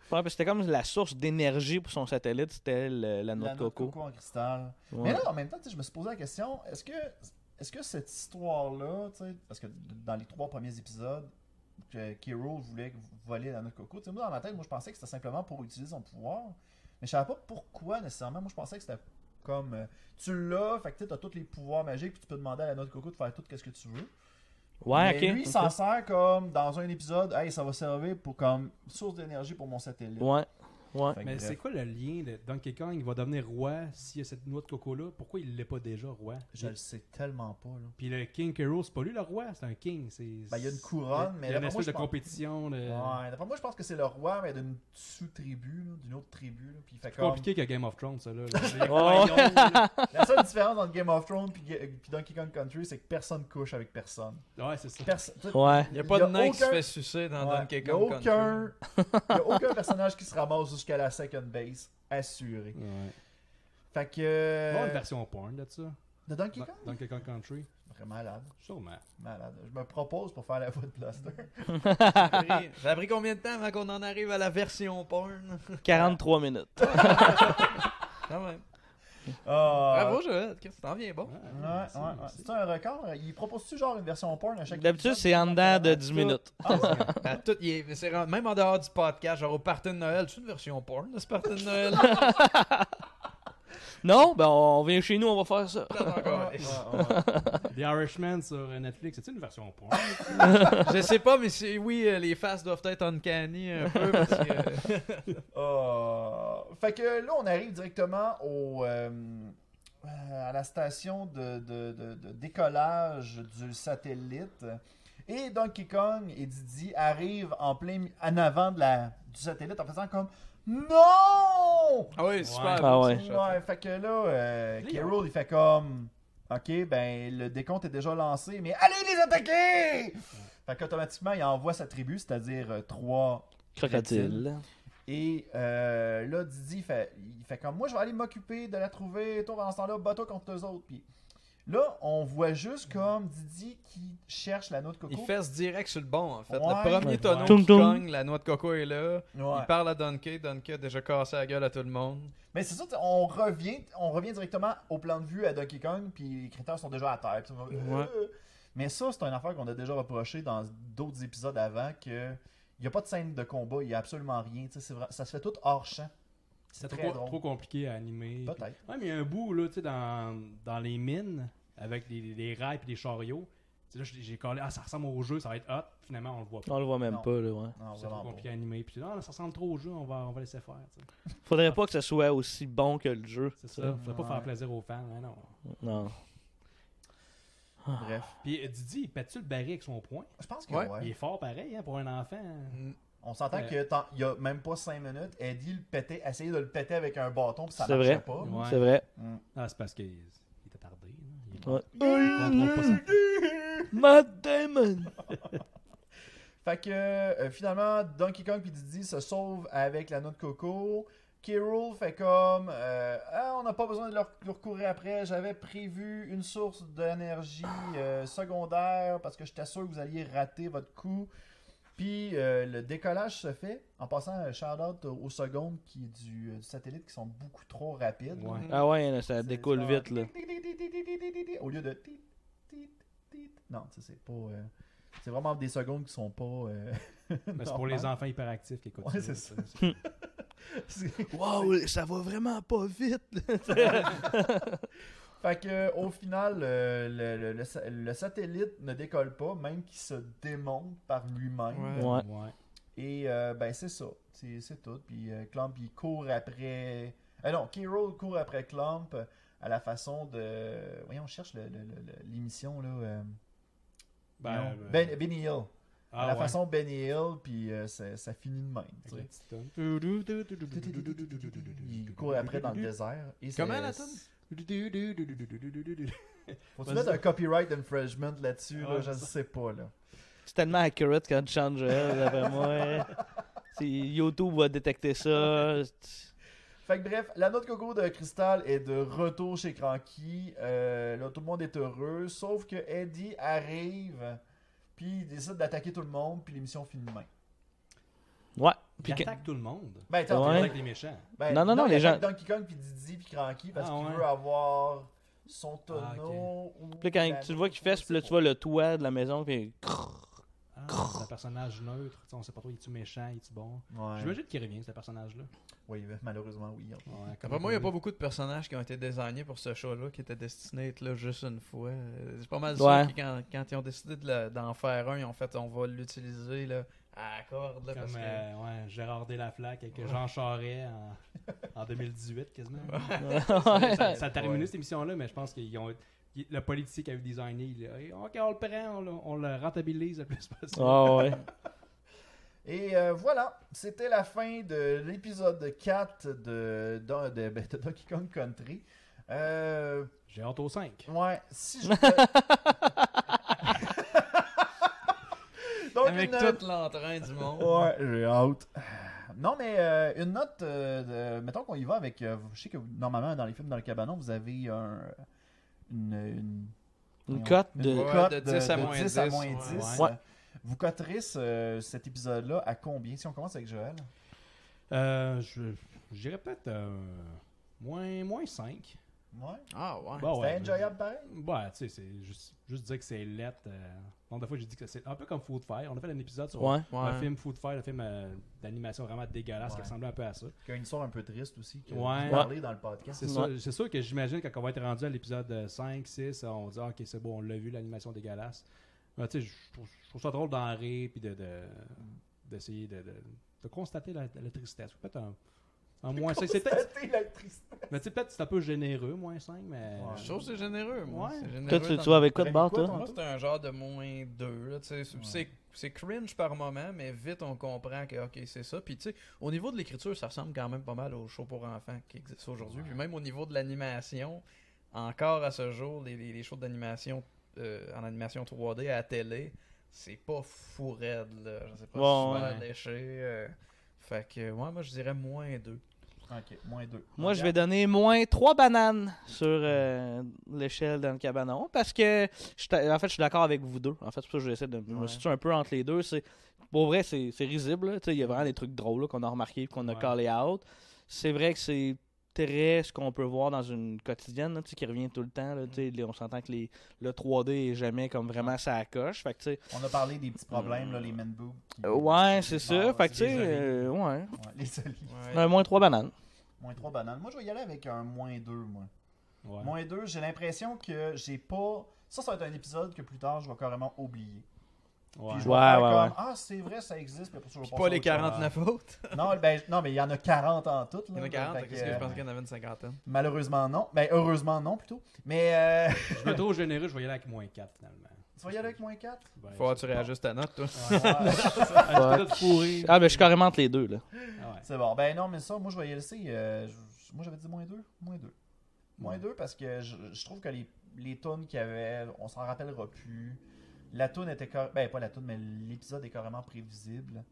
[SPEAKER 3] Ouais, parce que c'était comme la source d'énergie pour son satellite, c'était le- la noix
[SPEAKER 1] La
[SPEAKER 3] de coco.
[SPEAKER 1] en cristal.
[SPEAKER 3] Ouais.
[SPEAKER 1] Mais là, en même temps, tu sais, je me suis posé la question est-ce que, est que cette histoire-là, tu sais, parce que d- dans les trois premiers épisodes, que K. Rool voulait voler la noix de coco, tu sais, moi dans ma tête, moi je pensais que c'était simplement pour utiliser son pouvoir, mais je savais pas pourquoi nécessairement. Moi je pensais que c'était comme euh, tu l'as, fait que tu as tous les pouvoirs magiques, puis tu peux demander à la noix de coco de faire tout ce que tu veux.
[SPEAKER 3] Ouais,
[SPEAKER 1] mais
[SPEAKER 3] ok.
[SPEAKER 1] lui, il
[SPEAKER 3] ok.
[SPEAKER 1] s'en sert comme dans un épisode hey, ça va servir pour comme source d'énergie pour mon satellite.
[SPEAKER 3] Ouais, ouais.
[SPEAKER 1] Fait que
[SPEAKER 2] Mais
[SPEAKER 1] bref,
[SPEAKER 2] c'est quoi le lien de Donkey Kong Il va devenir roi s'il y a cette noix de coco-là. Pourquoi il l'est pas déjà roi
[SPEAKER 1] je le sais tellement pas. Là.
[SPEAKER 2] Puis le King Carol, c'est pas lui le roi, c'est un king. c'est-
[SPEAKER 1] Ben, il y a une couronne, mais
[SPEAKER 2] Il y a
[SPEAKER 1] d'après
[SPEAKER 2] une
[SPEAKER 1] moi,
[SPEAKER 2] espèce
[SPEAKER 1] je
[SPEAKER 2] de
[SPEAKER 1] pense-
[SPEAKER 2] compétition. de-
[SPEAKER 1] Ouais, d'après moi, je pense que c'est le roi, mais d'une sous-tribu, là, d'une autre tribu. là, puis il fait
[SPEAKER 2] C'est
[SPEAKER 1] comme-
[SPEAKER 2] compliqué que Game of Thrones, ça. Là. Les
[SPEAKER 3] Ouais.
[SPEAKER 2] royaumes, là.
[SPEAKER 1] La seule différence entre Game of Thrones puis, Ga- euh, puis Donkey Kong Country, c'est que personne couche avec personne.
[SPEAKER 2] Ouais, c'est ça.
[SPEAKER 1] Perso- tu sais,
[SPEAKER 3] Ouais.
[SPEAKER 5] Il n'y a pas de nain qui se
[SPEAKER 1] aucun-
[SPEAKER 5] fait sucer dans
[SPEAKER 1] ouais,
[SPEAKER 5] Donkey
[SPEAKER 1] il y a
[SPEAKER 5] Kong Country.
[SPEAKER 1] aucun... il y a aucun personnage qui se ramasse jusqu'à la second base, assuré.
[SPEAKER 2] Ouais.
[SPEAKER 1] Fait que...
[SPEAKER 2] Pas une
[SPEAKER 1] euh,
[SPEAKER 2] version porn de ça.
[SPEAKER 1] De Donkey
[SPEAKER 2] Dans-
[SPEAKER 1] Kong?
[SPEAKER 2] Donkey Kong Country.
[SPEAKER 1] Malade,
[SPEAKER 2] Sûrement.
[SPEAKER 1] malade. Je me propose pour faire la voix de Blaster.
[SPEAKER 5] Ça a pris- Ça a pris combien de temps avant qu'on en arrive à la version porn
[SPEAKER 3] 43 minutes.
[SPEAKER 5] Quand même.
[SPEAKER 1] Ah,
[SPEAKER 5] Bravo, Joël. Qu'est-ce que T'en viens bon.
[SPEAKER 2] Ouais,
[SPEAKER 1] Oh. Ouais,
[SPEAKER 2] merci,
[SPEAKER 1] ouais, ouais.
[SPEAKER 2] merci.
[SPEAKER 1] C'est un record. Il propose-tu genre une version porn à chaque
[SPEAKER 3] D'habitude,
[SPEAKER 1] épisode? Ah,
[SPEAKER 3] c'est en dedans de 10 minutes.
[SPEAKER 5] À Ben, tout, il est- c'est rare- même en dehors du podcast, genre au party de Noël, tu une version porn de ce party de Noël
[SPEAKER 3] Non, ben on vient chez nous, on va faire ça.
[SPEAKER 1] Ouais, ouais, ouais.
[SPEAKER 2] The Irishman sur Netflix, c'est une version porn.
[SPEAKER 1] Ah,
[SPEAKER 5] Je sais pas, mais c'est- oui, euh, les faces doivent être uncanny un peu. Parce que, euh,
[SPEAKER 1] Ah. fait que là, on arrive directement au, euh, euh, à la station de, de- de- de décollage du satellite. Et Donkey Kong et Didi arrivent en plein mi- en avant de la, du satellite en faisant comme Non!
[SPEAKER 5] Ah oui, super.
[SPEAKER 3] Ah
[SPEAKER 5] bon,
[SPEAKER 3] ouais.
[SPEAKER 5] ça, je-
[SPEAKER 1] Ouais, fait que là, euh,
[SPEAKER 2] Là,
[SPEAKER 1] K.
[SPEAKER 2] ils ont-
[SPEAKER 1] Rool, il fait comme Ok, ben le décompte est déjà lancé, mais allez les attaquer! Fait qu'automatiquement, il envoie sa tribu, c'est-à-dire euh, trois
[SPEAKER 3] Crocodile.
[SPEAKER 1] et euh, là, Didi, fait, il fait comme moi, je vais aller m'occuper de la trouver. Toi, pendant ce temps-là, bats-toi contre eux autres. Puis là, on voit juste comme Didi qui cherche la noix de coco.
[SPEAKER 5] Il fesse direct sur le bon, en fait.
[SPEAKER 1] Ouais.
[SPEAKER 5] le premier
[SPEAKER 2] Ouais.
[SPEAKER 5] tonneau
[SPEAKER 3] Toum,
[SPEAKER 5] qui
[SPEAKER 3] toum.
[SPEAKER 5] cogne, la noix de coco est là.
[SPEAKER 1] Ouais.
[SPEAKER 5] Il parle à Donkey, Donkey a déjà cassé la gueule à tout le monde.
[SPEAKER 1] Mais c'est ça, t'sais, on revient, on revient directement au plan de vue à Donkey Kong, puis les critères sont déjà à terre. puis ça va- euh. Mais ça, c'est une affaire qu'on a déjà reproché dans d'autres épisodes avant que il n'y a pas de scène de combat, il n'y a absolument rien. t'sais, c'est vrai- ça se fait tout hors champ.
[SPEAKER 2] C'est
[SPEAKER 1] très
[SPEAKER 2] trop,
[SPEAKER 1] drôle.
[SPEAKER 2] trop compliqué à animer.
[SPEAKER 1] Peut-être.
[SPEAKER 2] Ouais, mais il y a un bout, là, tu sais, dans, dans les mines, avec les, les rails et les chariots. Tu sais, là, j'ai j'ai collé, ah, ça ressemble au jeu, ça va être hot. Finalement, on le voit pas.
[SPEAKER 3] On le voit même
[SPEAKER 1] Non.
[SPEAKER 3] pas, là, ouais.
[SPEAKER 1] Non,
[SPEAKER 2] C'est trop
[SPEAKER 1] vraiment
[SPEAKER 2] compliqué à animer. Puis, non, ça ressemble trop au jeu, on va, on va laisser faire. tu sais.
[SPEAKER 3] Faudrait pas que ce soit aussi bon que le jeu.
[SPEAKER 2] C'est ça. Faudrait pas
[SPEAKER 1] Ouais.
[SPEAKER 2] faire plaisir aux fans, hein, non.
[SPEAKER 3] Non.
[SPEAKER 1] Bref.
[SPEAKER 2] Puis euh, Didi, il pète-tu le baril avec son poing?
[SPEAKER 1] Je pense que
[SPEAKER 4] Ouais.
[SPEAKER 1] ouais. Mm.
[SPEAKER 2] Il est fort pareil, hein, pour un enfant.
[SPEAKER 1] On s'entend
[SPEAKER 2] Ouais.
[SPEAKER 1] que tant- il y a même pas 5 minutes, Eddie le pétait, essayait de le péter avec un bâton, puis ça
[SPEAKER 3] C'est
[SPEAKER 1] marchait
[SPEAKER 3] vrai.
[SPEAKER 1] pas.
[SPEAKER 2] Ouais.
[SPEAKER 3] C'est vrai.
[SPEAKER 2] Ah, c'est parce qu'il il était tardé. là. Il est-
[SPEAKER 3] Ouais.
[SPEAKER 2] on comprend pas ça.
[SPEAKER 3] Matt Damon!
[SPEAKER 1] Fait que euh, finalement, Donkey Kong puis Didi se sauvent avec la noix de coco. K-Rool fait comme euh, Ah, on n'a pas besoin de leur, leur courir après. J'avais prévu une source d'énergie euh, secondaire parce que j'étais sûr que vous alliez rater votre coup. Puis euh, le décollage se fait. En passant, euh, shout out aux secondes qui, du, du satellite qui sont beaucoup trop rapides.
[SPEAKER 2] Ouais.
[SPEAKER 3] Ah ouais, là, ça
[SPEAKER 1] C'est-
[SPEAKER 3] découle
[SPEAKER 1] c'est pas-
[SPEAKER 3] vite, là.
[SPEAKER 1] Au lieu de. tit, tit, tit. Non, ça, c'est pas. euh, C'est vraiment des secondes qui sont pas. euh,
[SPEAKER 2] Mais c'est pour les
[SPEAKER 1] normales.
[SPEAKER 2] enfants hyperactifs qui écoutent
[SPEAKER 1] Ouais,
[SPEAKER 2] ça.
[SPEAKER 1] c'est
[SPEAKER 2] C'est-
[SPEAKER 1] C'est-
[SPEAKER 3] Wow, ça va vraiment pas vite!
[SPEAKER 1] Fait que au final, euh, le, le- le sa- le satellite ne décolle pas, même qu'il se démonte par lui-même.
[SPEAKER 4] Ouais.
[SPEAKER 3] Ouais.
[SPEAKER 2] Ouais.
[SPEAKER 1] Et euh, ben c'est ça, c'est c'est tout. Puis euh, Clump il court après. Ah non, K-Roll court après Clump euh, à la façon de. Voyons, on cherche le- le- le- le- l'émission là. euh,
[SPEAKER 2] Ben,
[SPEAKER 1] non.
[SPEAKER 2] euh,
[SPEAKER 1] Ben- Benny Hill.
[SPEAKER 2] ah,
[SPEAKER 1] à la
[SPEAKER 2] ouais.
[SPEAKER 1] façon Benny Hill, puis euh, ça, ça finit de même. tu sais.
[SPEAKER 2] Avec la petite tonne.
[SPEAKER 1] Il court après dans le désert. Et c'est-
[SPEAKER 4] Comment la tune?
[SPEAKER 1] Faut-tu mettre un copyright infringement là-dessus? là?
[SPEAKER 2] Ouais,
[SPEAKER 1] je ne sais pas. là.
[SPEAKER 3] C'est tellement accurate quand tu chantes Joël, d'après ben, moi. hein. C'est- YouTube va détecter ça.
[SPEAKER 1] Fait que bref, la note coco de Cristal est de retour chez Cranky. Euh, là, tout le monde est heureux, sauf que Eddie arrive, puis il décide d'attaquer tout le monde, puis l'émission finit demain.
[SPEAKER 3] Ouais. Puis
[SPEAKER 2] Il
[SPEAKER 3] que-
[SPEAKER 2] attaque tout le monde.
[SPEAKER 1] Ben, attends,
[SPEAKER 3] Ouais.
[SPEAKER 2] Avec les méchants.
[SPEAKER 1] ben,
[SPEAKER 3] Non, non, non,
[SPEAKER 1] il
[SPEAKER 3] les
[SPEAKER 1] attaque Donkey Kong, puis Didi, puis Cranky, parce
[SPEAKER 2] Ah,
[SPEAKER 1] qu'il
[SPEAKER 2] ouais.
[SPEAKER 1] veut avoir son tonneau.
[SPEAKER 2] Ah, ok.
[SPEAKER 1] ou
[SPEAKER 3] puis là,
[SPEAKER 1] la
[SPEAKER 3] quand tu le vois qu'il fesse, puis là,
[SPEAKER 1] c'est
[SPEAKER 3] tu vois le toit de la maison, puis...
[SPEAKER 2] Ah, c'est un personnage neutre. Tu sais, on sait pas trop, il est-tu méchant, il est-tu bon.
[SPEAKER 1] Ouais.
[SPEAKER 2] J'imagine qu'il revient, ce personnage-là.
[SPEAKER 1] Oui, malheureusement, oui. hein.
[SPEAKER 2] Ouais, comme-
[SPEAKER 4] Après moi, il n'y a pas beaucoup de personnages qui ont été désignés pour ce show-là, qui étaient destinés à être là juste une fois. Euh, C'est pas mal sûr
[SPEAKER 3] Ouais.
[SPEAKER 4] que quand, quand ils ont décidé de la- d'en faire un, ils ont fait on va l'utiliser là, à la corde. Là, parce
[SPEAKER 2] Comme
[SPEAKER 4] que-
[SPEAKER 2] euh, ouais, Gérard Delaflaque avec Jean Charest en, en 2018, quasiment. Ça, ça a terminé cette émission-là, mais je pense qu'ils ont. il- Le politique a eu designé. Il a dit, OK, on le prend, on le, on le rentabilise le plus possible.
[SPEAKER 3] Ah ouais.
[SPEAKER 1] Et euh, voilà, c'était la fin de l'épisode 4 de, de, de- ben, de Donkey Kong Country. Euh,
[SPEAKER 2] J'ai hâte au 5.
[SPEAKER 1] ouais, si je. peux- Donc,
[SPEAKER 4] Avec
[SPEAKER 1] une-
[SPEAKER 4] toute l'entrain du monde.
[SPEAKER 1] Ouais, j'ai hâte. Non, mais euh, une note, euh, de- mettons qu'on y va avec. euh, je sais que vous- normalement, dans les films dans le cabanon, vous avez un, une, une-
[SPEAKER 3] Une
[SPEAKER 1] voyons,
[SPEAKER 3] cote de...
[SPEAKER 4] Ouais,
[SPEAKER 1] cote
[SPEAKER 4] de 10 à
[SPEAKER 1] de
[SPEAKER 4] moins
[SPEAKER 1] 10 à
[SPEAKER 4] 10,
[SPEAKER 1] moins
[SPEAKER 4] ouais.
[SPEAKER 1] 10.
[SPEAKER 3] Ouais.
[SPEAKER 1] Vous coterez ce- cet épisode-là à combien Si on commence avec Joël
[SPEAKER 2] Euh, je J'irais peut-être euh, moins, moins 5.
[SPEAKER 1] Ouais.
[SPEAKER 4] Ah ouais.
[SPEAKER 2] Bon,
[SPEAKER 1] C'était
[SPEAKER 2] ouais,
[SPEAKER 1] enjoyable pareil.
[SPEAKER 2] Ouais, tu sais, c'est juste, juste dire que c'est lettre. Euh, nombre de fois, j'ai dit que c'est un peu comme Food Fire. On a fait un épisode sur
[SPEAKER 3] Ouais.
[SPEAKER 2] un
[SPEAKER 4] Ouais.
[SPEAKER 2] film Food Fire, le film euh, d'animation vraiment dégueulasse
[SPEAKER 1] Ouais.
[SPEAKER 2] qui ressemblait un peu à ça.
[SPEAKER 1] Il y a une histoire un peu triste aussi qui
[SPEAKER 2] Ouais.
[SPEAKER 1] a parlé dans le podcast.
[SPEAKER 2] C'est
[SPEAKER 3] Ouais.
[SPEAKER 2] sûr, c'est sûr que j'imagine quand on va être rendu à l'épisode euh, 5, 6, euh, on va dire OK, c'est bon, on l'a vu, l'animation dégueulasse. Mais tu sais, je trouve- je trouve ça drôle d'en rire puis de, de- d'essayer de, de- de constater la, la tristesse. Peut-être un, un moins 5. C'est peut-être,
[SPEAKER 1] C'était la tristesse.
[SPEAKER 2] mais tu sais, peut-être c'est un peu généreux, moins 5, mais.
[SPEAKER 1] Ouais.
[SPEAKER 4] Je trouve que c'est généreux, moi.
[SPEAKER 2] Ouais.
[SPEAKER 4] C'est
[SPEAKER 3] Toi,
[SPEAKER 4] généreux
[SPEAKER 3] tu,
[SPEAKER 4] dans-
[SPEAKER 3] tu vas avec quoi de
[SPEAKER 1] Avec
[SPEAKER 3] bord,
[SPEAKER 1] quoi,
[SPEAKER 3] toi?
[SPEAKER 1] ton-
[SPEAKER 4] Moi, c'est un genre de moins 2. là, tu sais, c'est- C'est c'est cringe par moment, mais vite on comprend que ok c'est ça. Puis tu sais, au niveau de l'écriture, ça ressemble quand même pas mal au show pour enfants qui existe aujourd'hui. Puis même au niveau de l'animation, encore à ce jour, les, les- les shows d'animation euh, en animation 3D à la télé, c'est pas fou raide. Là. Je sais pas
[SPEAKER 3] Ouais,
[SPEAKER 4] si
[SPEAKER 3] ouais.
[SPEAKER 4] fait que, ouais, moi je dirais moins 2.
[SPEAKER 1] Ok, moins 2.
[SPEAKER 3] Moi, je vais donner moins 3 bananes sur euh, l'échelle dans le cabanon parce que, je t'a- en fait, je suis d'accord avec vous deux. En fait, c'est pour ça que j'essaie de me
[SPEAKER 4] Ouais.
[SPEAKER 3] situer un peu entre les deux. C'est, pour vrai, c'est, c'est risible. là. Tu sais, Il y a vraiment des trucs drôles là, qu'on a remarqué et qu'on a
[SPEAKER 2] Ouais.
[SPEAKER 3] callé out. C'est vrai que c'est très ce qu'on peut voir dans une quotidienne là, tu sais, qui revient tout le temps. là. Tu sais, les- on s'entend que les, le 3D est jamais comme vraiment ça coche. Fait que, tu sais,
[SPEAKER 1] On a parlé des petits problèmes, là, les men boobs. qui-
[SPEAKER 3] euh, ouais, c'est
[SPEAKER 1] Ah,
[SPEAKER 3] ça.
[SPEAKER 1] ouais,
[SPEAKER 3] Fait que, tu sais,
[SPEAKER 1] les olives.
[SPEAKER 3] euh, ouais.
[SPEAKER 1] Ouais, les olives.
[SPEAKER 4] Ouais.
[SPEAKER 3] Un moins 3 bananes.
[SPEAKER 1] Moins 3 bananes. Moi, je vais y aller avec un moins 2, moi.
[SPEAKER 2] Ouais.
[SPEAKER 1] Moins 2, j'ai l'impression que j'ai pas. Ça, ça va être un épisode que plus tard, je vais carrément oublier.
[SPEAKER 2] Ouais.
[SPEAKER 1] Puis je vais
[SPEAKER 3] Ouais,
[SPEAKER 1] faire
[SPEAKER 3] ouais,
[SPEAKER 1] comme,
[SPEAKER 3] ouais.
[SPEAKER 1] Ah, c'est vrai, ça existe. Puis après, ça, je vais passer
[SPEAKER 5] Pas
[SPEAKER 1] à
[SPEAKER 5] les
[SPEAKER 1] autre chose.
[SPEAKER 5] 49 autres.
[SPEAKER 1] Non, ben, non, mais il y en a 40 en tout.
[SPEAKER 5] Il y en a 40, qu'est-ce que je pensais qu'il y en avait une cinquantaine.
[SPEAKER 1] euh, Malheureusement, non. Ben, heureusement, non, plutôt. Mais euh,
[SPEAKER 2] Je suis pas trop généreux, je vais y aller avec moins 4 finalement.
[SPEAKER 1] tu vas y aller avec moins 4
[SPEAKER 2] Ben,
[SPEAKER 5] Faut que tu réajustes ta note, toi.
[SPEAKER 2] Ah, c'est tout pourri.
[SPEAKER 3] Ah, ben je suis carrément entre les deux, là.
[SPEAKER 2] Ah ouais.
[SPEAKER 1] C'est bon. Ben non, mais ça, moi, je vais y laisser. euh, je- moi, j'avais dit moins 2. Moins 2. Moins 2 parce que je, je trouve que les, les tunes qu'il y avait, on s'en rappellera plus. La tune était. carré- Ben, pas la tune, mais l'épisode est carrément prévisible.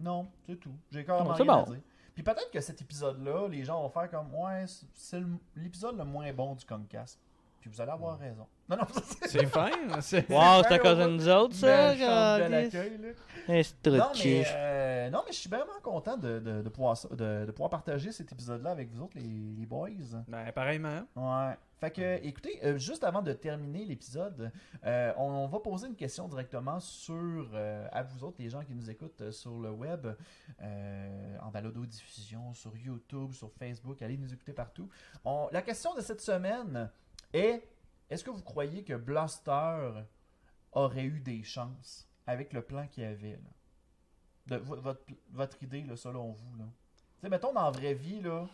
[SPEAKER 1] Non, c'est tout. J'ai carrément
[SPEAKER 3] Non, c'est
[SPEAKER 1] rien à
[SPEAKER 3] bon.
[SPEAKER 1] dire. Puis peut-être que cet épisode-là, les gens vont faire comme Ouais, c'est le- l'épisode le moins bon du Comcast. Puis vous allez avoir raison. Non, non, c'est
[SPEAKER 5] C'est fin, hein, c'est...
[SPEAKER 3] Wow, c'est
[SPEAKER 1] c'est
[SPEAKER 3] à cause de nous autres, ça,
[SPEAKER 1] Ben, chambre de
[SPEAKER 3] regardez.
[SPEAKER 1] l'accueil, là.
[SPEAKER 3] Eh, C'est trop
[SPEAKER 1] Non mais,
[SPEAKER 3] cute.
[SPEAKER 1] euh, non, mais je suis vraiment content de, de, de pouvoir, ça- de, de pouvoir partager cet épisode-là avec vous autres, les, les boys.
[SPEAKER 5] Ben, pareillement.
[SPEAKER 1] Ouais. Fait que, écoutez, euh, juste avant de terminer l'épisode, euh, on, on va poser une question directement sur, euh, à vous autres, les gens qui nous écoutent euh, sur le web, euh, en balado-diffusion, sur YouTube, sur Facebook, allez nous écouter partout. On- la question de cette semaine est, est-ce que vous croyez que Blaster aurait eu des chances avec le plan qu'il y avait, là? de vo- votre, votre idée là, selon vous là. Tu sais, mettons dans la vraie vie là,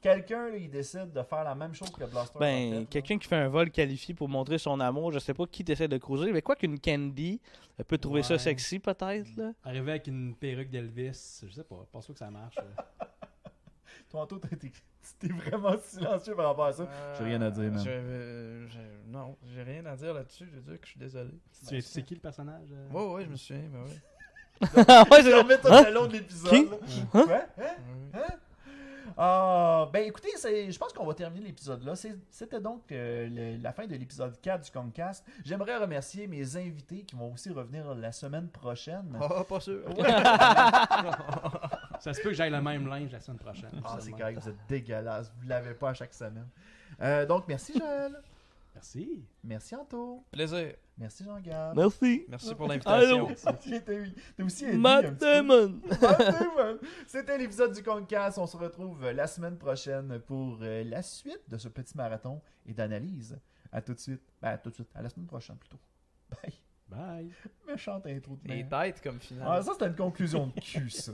[SPEAKER 1] quelqu'un là, il décide de faire la même chose que Blaster. a fait, là.
[SPEAKER 3] Ben, quelqu'un qui fait un vol qualifié pour montrer son amour, je sais pas qui t'essaie de causer, mais quoi qu'une Candy elle peut trouver ça
[SPEAKER 2] Ouais.
[SPEAKER 3] sexy, peut-être, là.
[SPEAKER 2] Arriver avec une perruque d'Elvis, je sais pas, pense pas que ça marche. là.
[SPEAKER 1] Tantôt t'as été- t'es vraiment silencieux par rapport à
[SPEAKER 3] Hein?
[SPEAKER 1] ça.
[SPEAKER 5] Euh,
[SPEAKER 1] J'ai rien à dire, man.
[SPEAKER 5] je- euh, je- non, j'ai rien à dire là-dessus. Je veux dire que je suis désolé.
[SPEAKER 2] Tu- C'est qui le personnage euh?
[SPEAKER 5] Ouais, ouais, je me souviens, ben ouais.
[SPEAKER 3] ouais,
[SPEAKER 1] Je
[SPEAKER 3] c'est
[SPEAKER 1] remets au
[SPEAKER 3] Hein?
[SPEAKER 1] salon de l'épisode.
[SPEAKER 3] Qui?
[SPEAKER 1] là.
[SPEAKER 3] Hein?
[SPEAKER 1] Quoi? Hein? Hein? Ah, ben écoutez, c'est- je pense qu'on va terminer l'épisode là. C'est- C'était donc euh, le- la fin de l'épisode 4 du Comcast. J'aimerais remercier mes invités qui vont aussi revenir la semaine prochaine.
[SPEAKER 3] Oh,
[SPEAKER 5] Ah, pas sûr.
[SPEAKER 2] Ça se peut que j'aille le même linge la semaine prochaine.
[SPEAKER 1] Ah, c'est
[SPEAKER 2] seulement.
[SPEAKER 1] correct, vous êtes dégueulasse. Vous l'avez pas à chaque semaine. Euh, donc, merci Joël.
[SPEAKER 2] Merci.
[SPEAKER 1] Merci Anto.
[SPEAKER 5] Plaisir.
[SPEAKER 1] Merci Jean-Gab.
[SPEAKER 3] Merci.
[SPEAKER 5] Merci pour l'invitation.
[SPEAKER 3] Allô?
[SPEAKER 1] J'ai été- T'as aussi aidé un
[SPEAKER 3] Matt
[SPEAKER 1] petit peu.
[SPEAKER 3] Damon.
[SPEAKER 1] Matt Damon. C'était l'épisode du Concast. On se retrouve euh, la semaine prochaine pour euh, la suite de ce petit marathon et d'analyse. À tout de suite. Ben, à tout de suite. À la semaine prochaine plutôt. Bye.
[SPEAKER 2] Bye.
[SPEAKER 1] Méchante intro de
[SPEAKER 5] Et
[SPEAKER 1] merde.
[SPEAKER 5] tête comme finale.
[SPEAKER 1] Ah, ça, c'était une conclusion de cul, ça.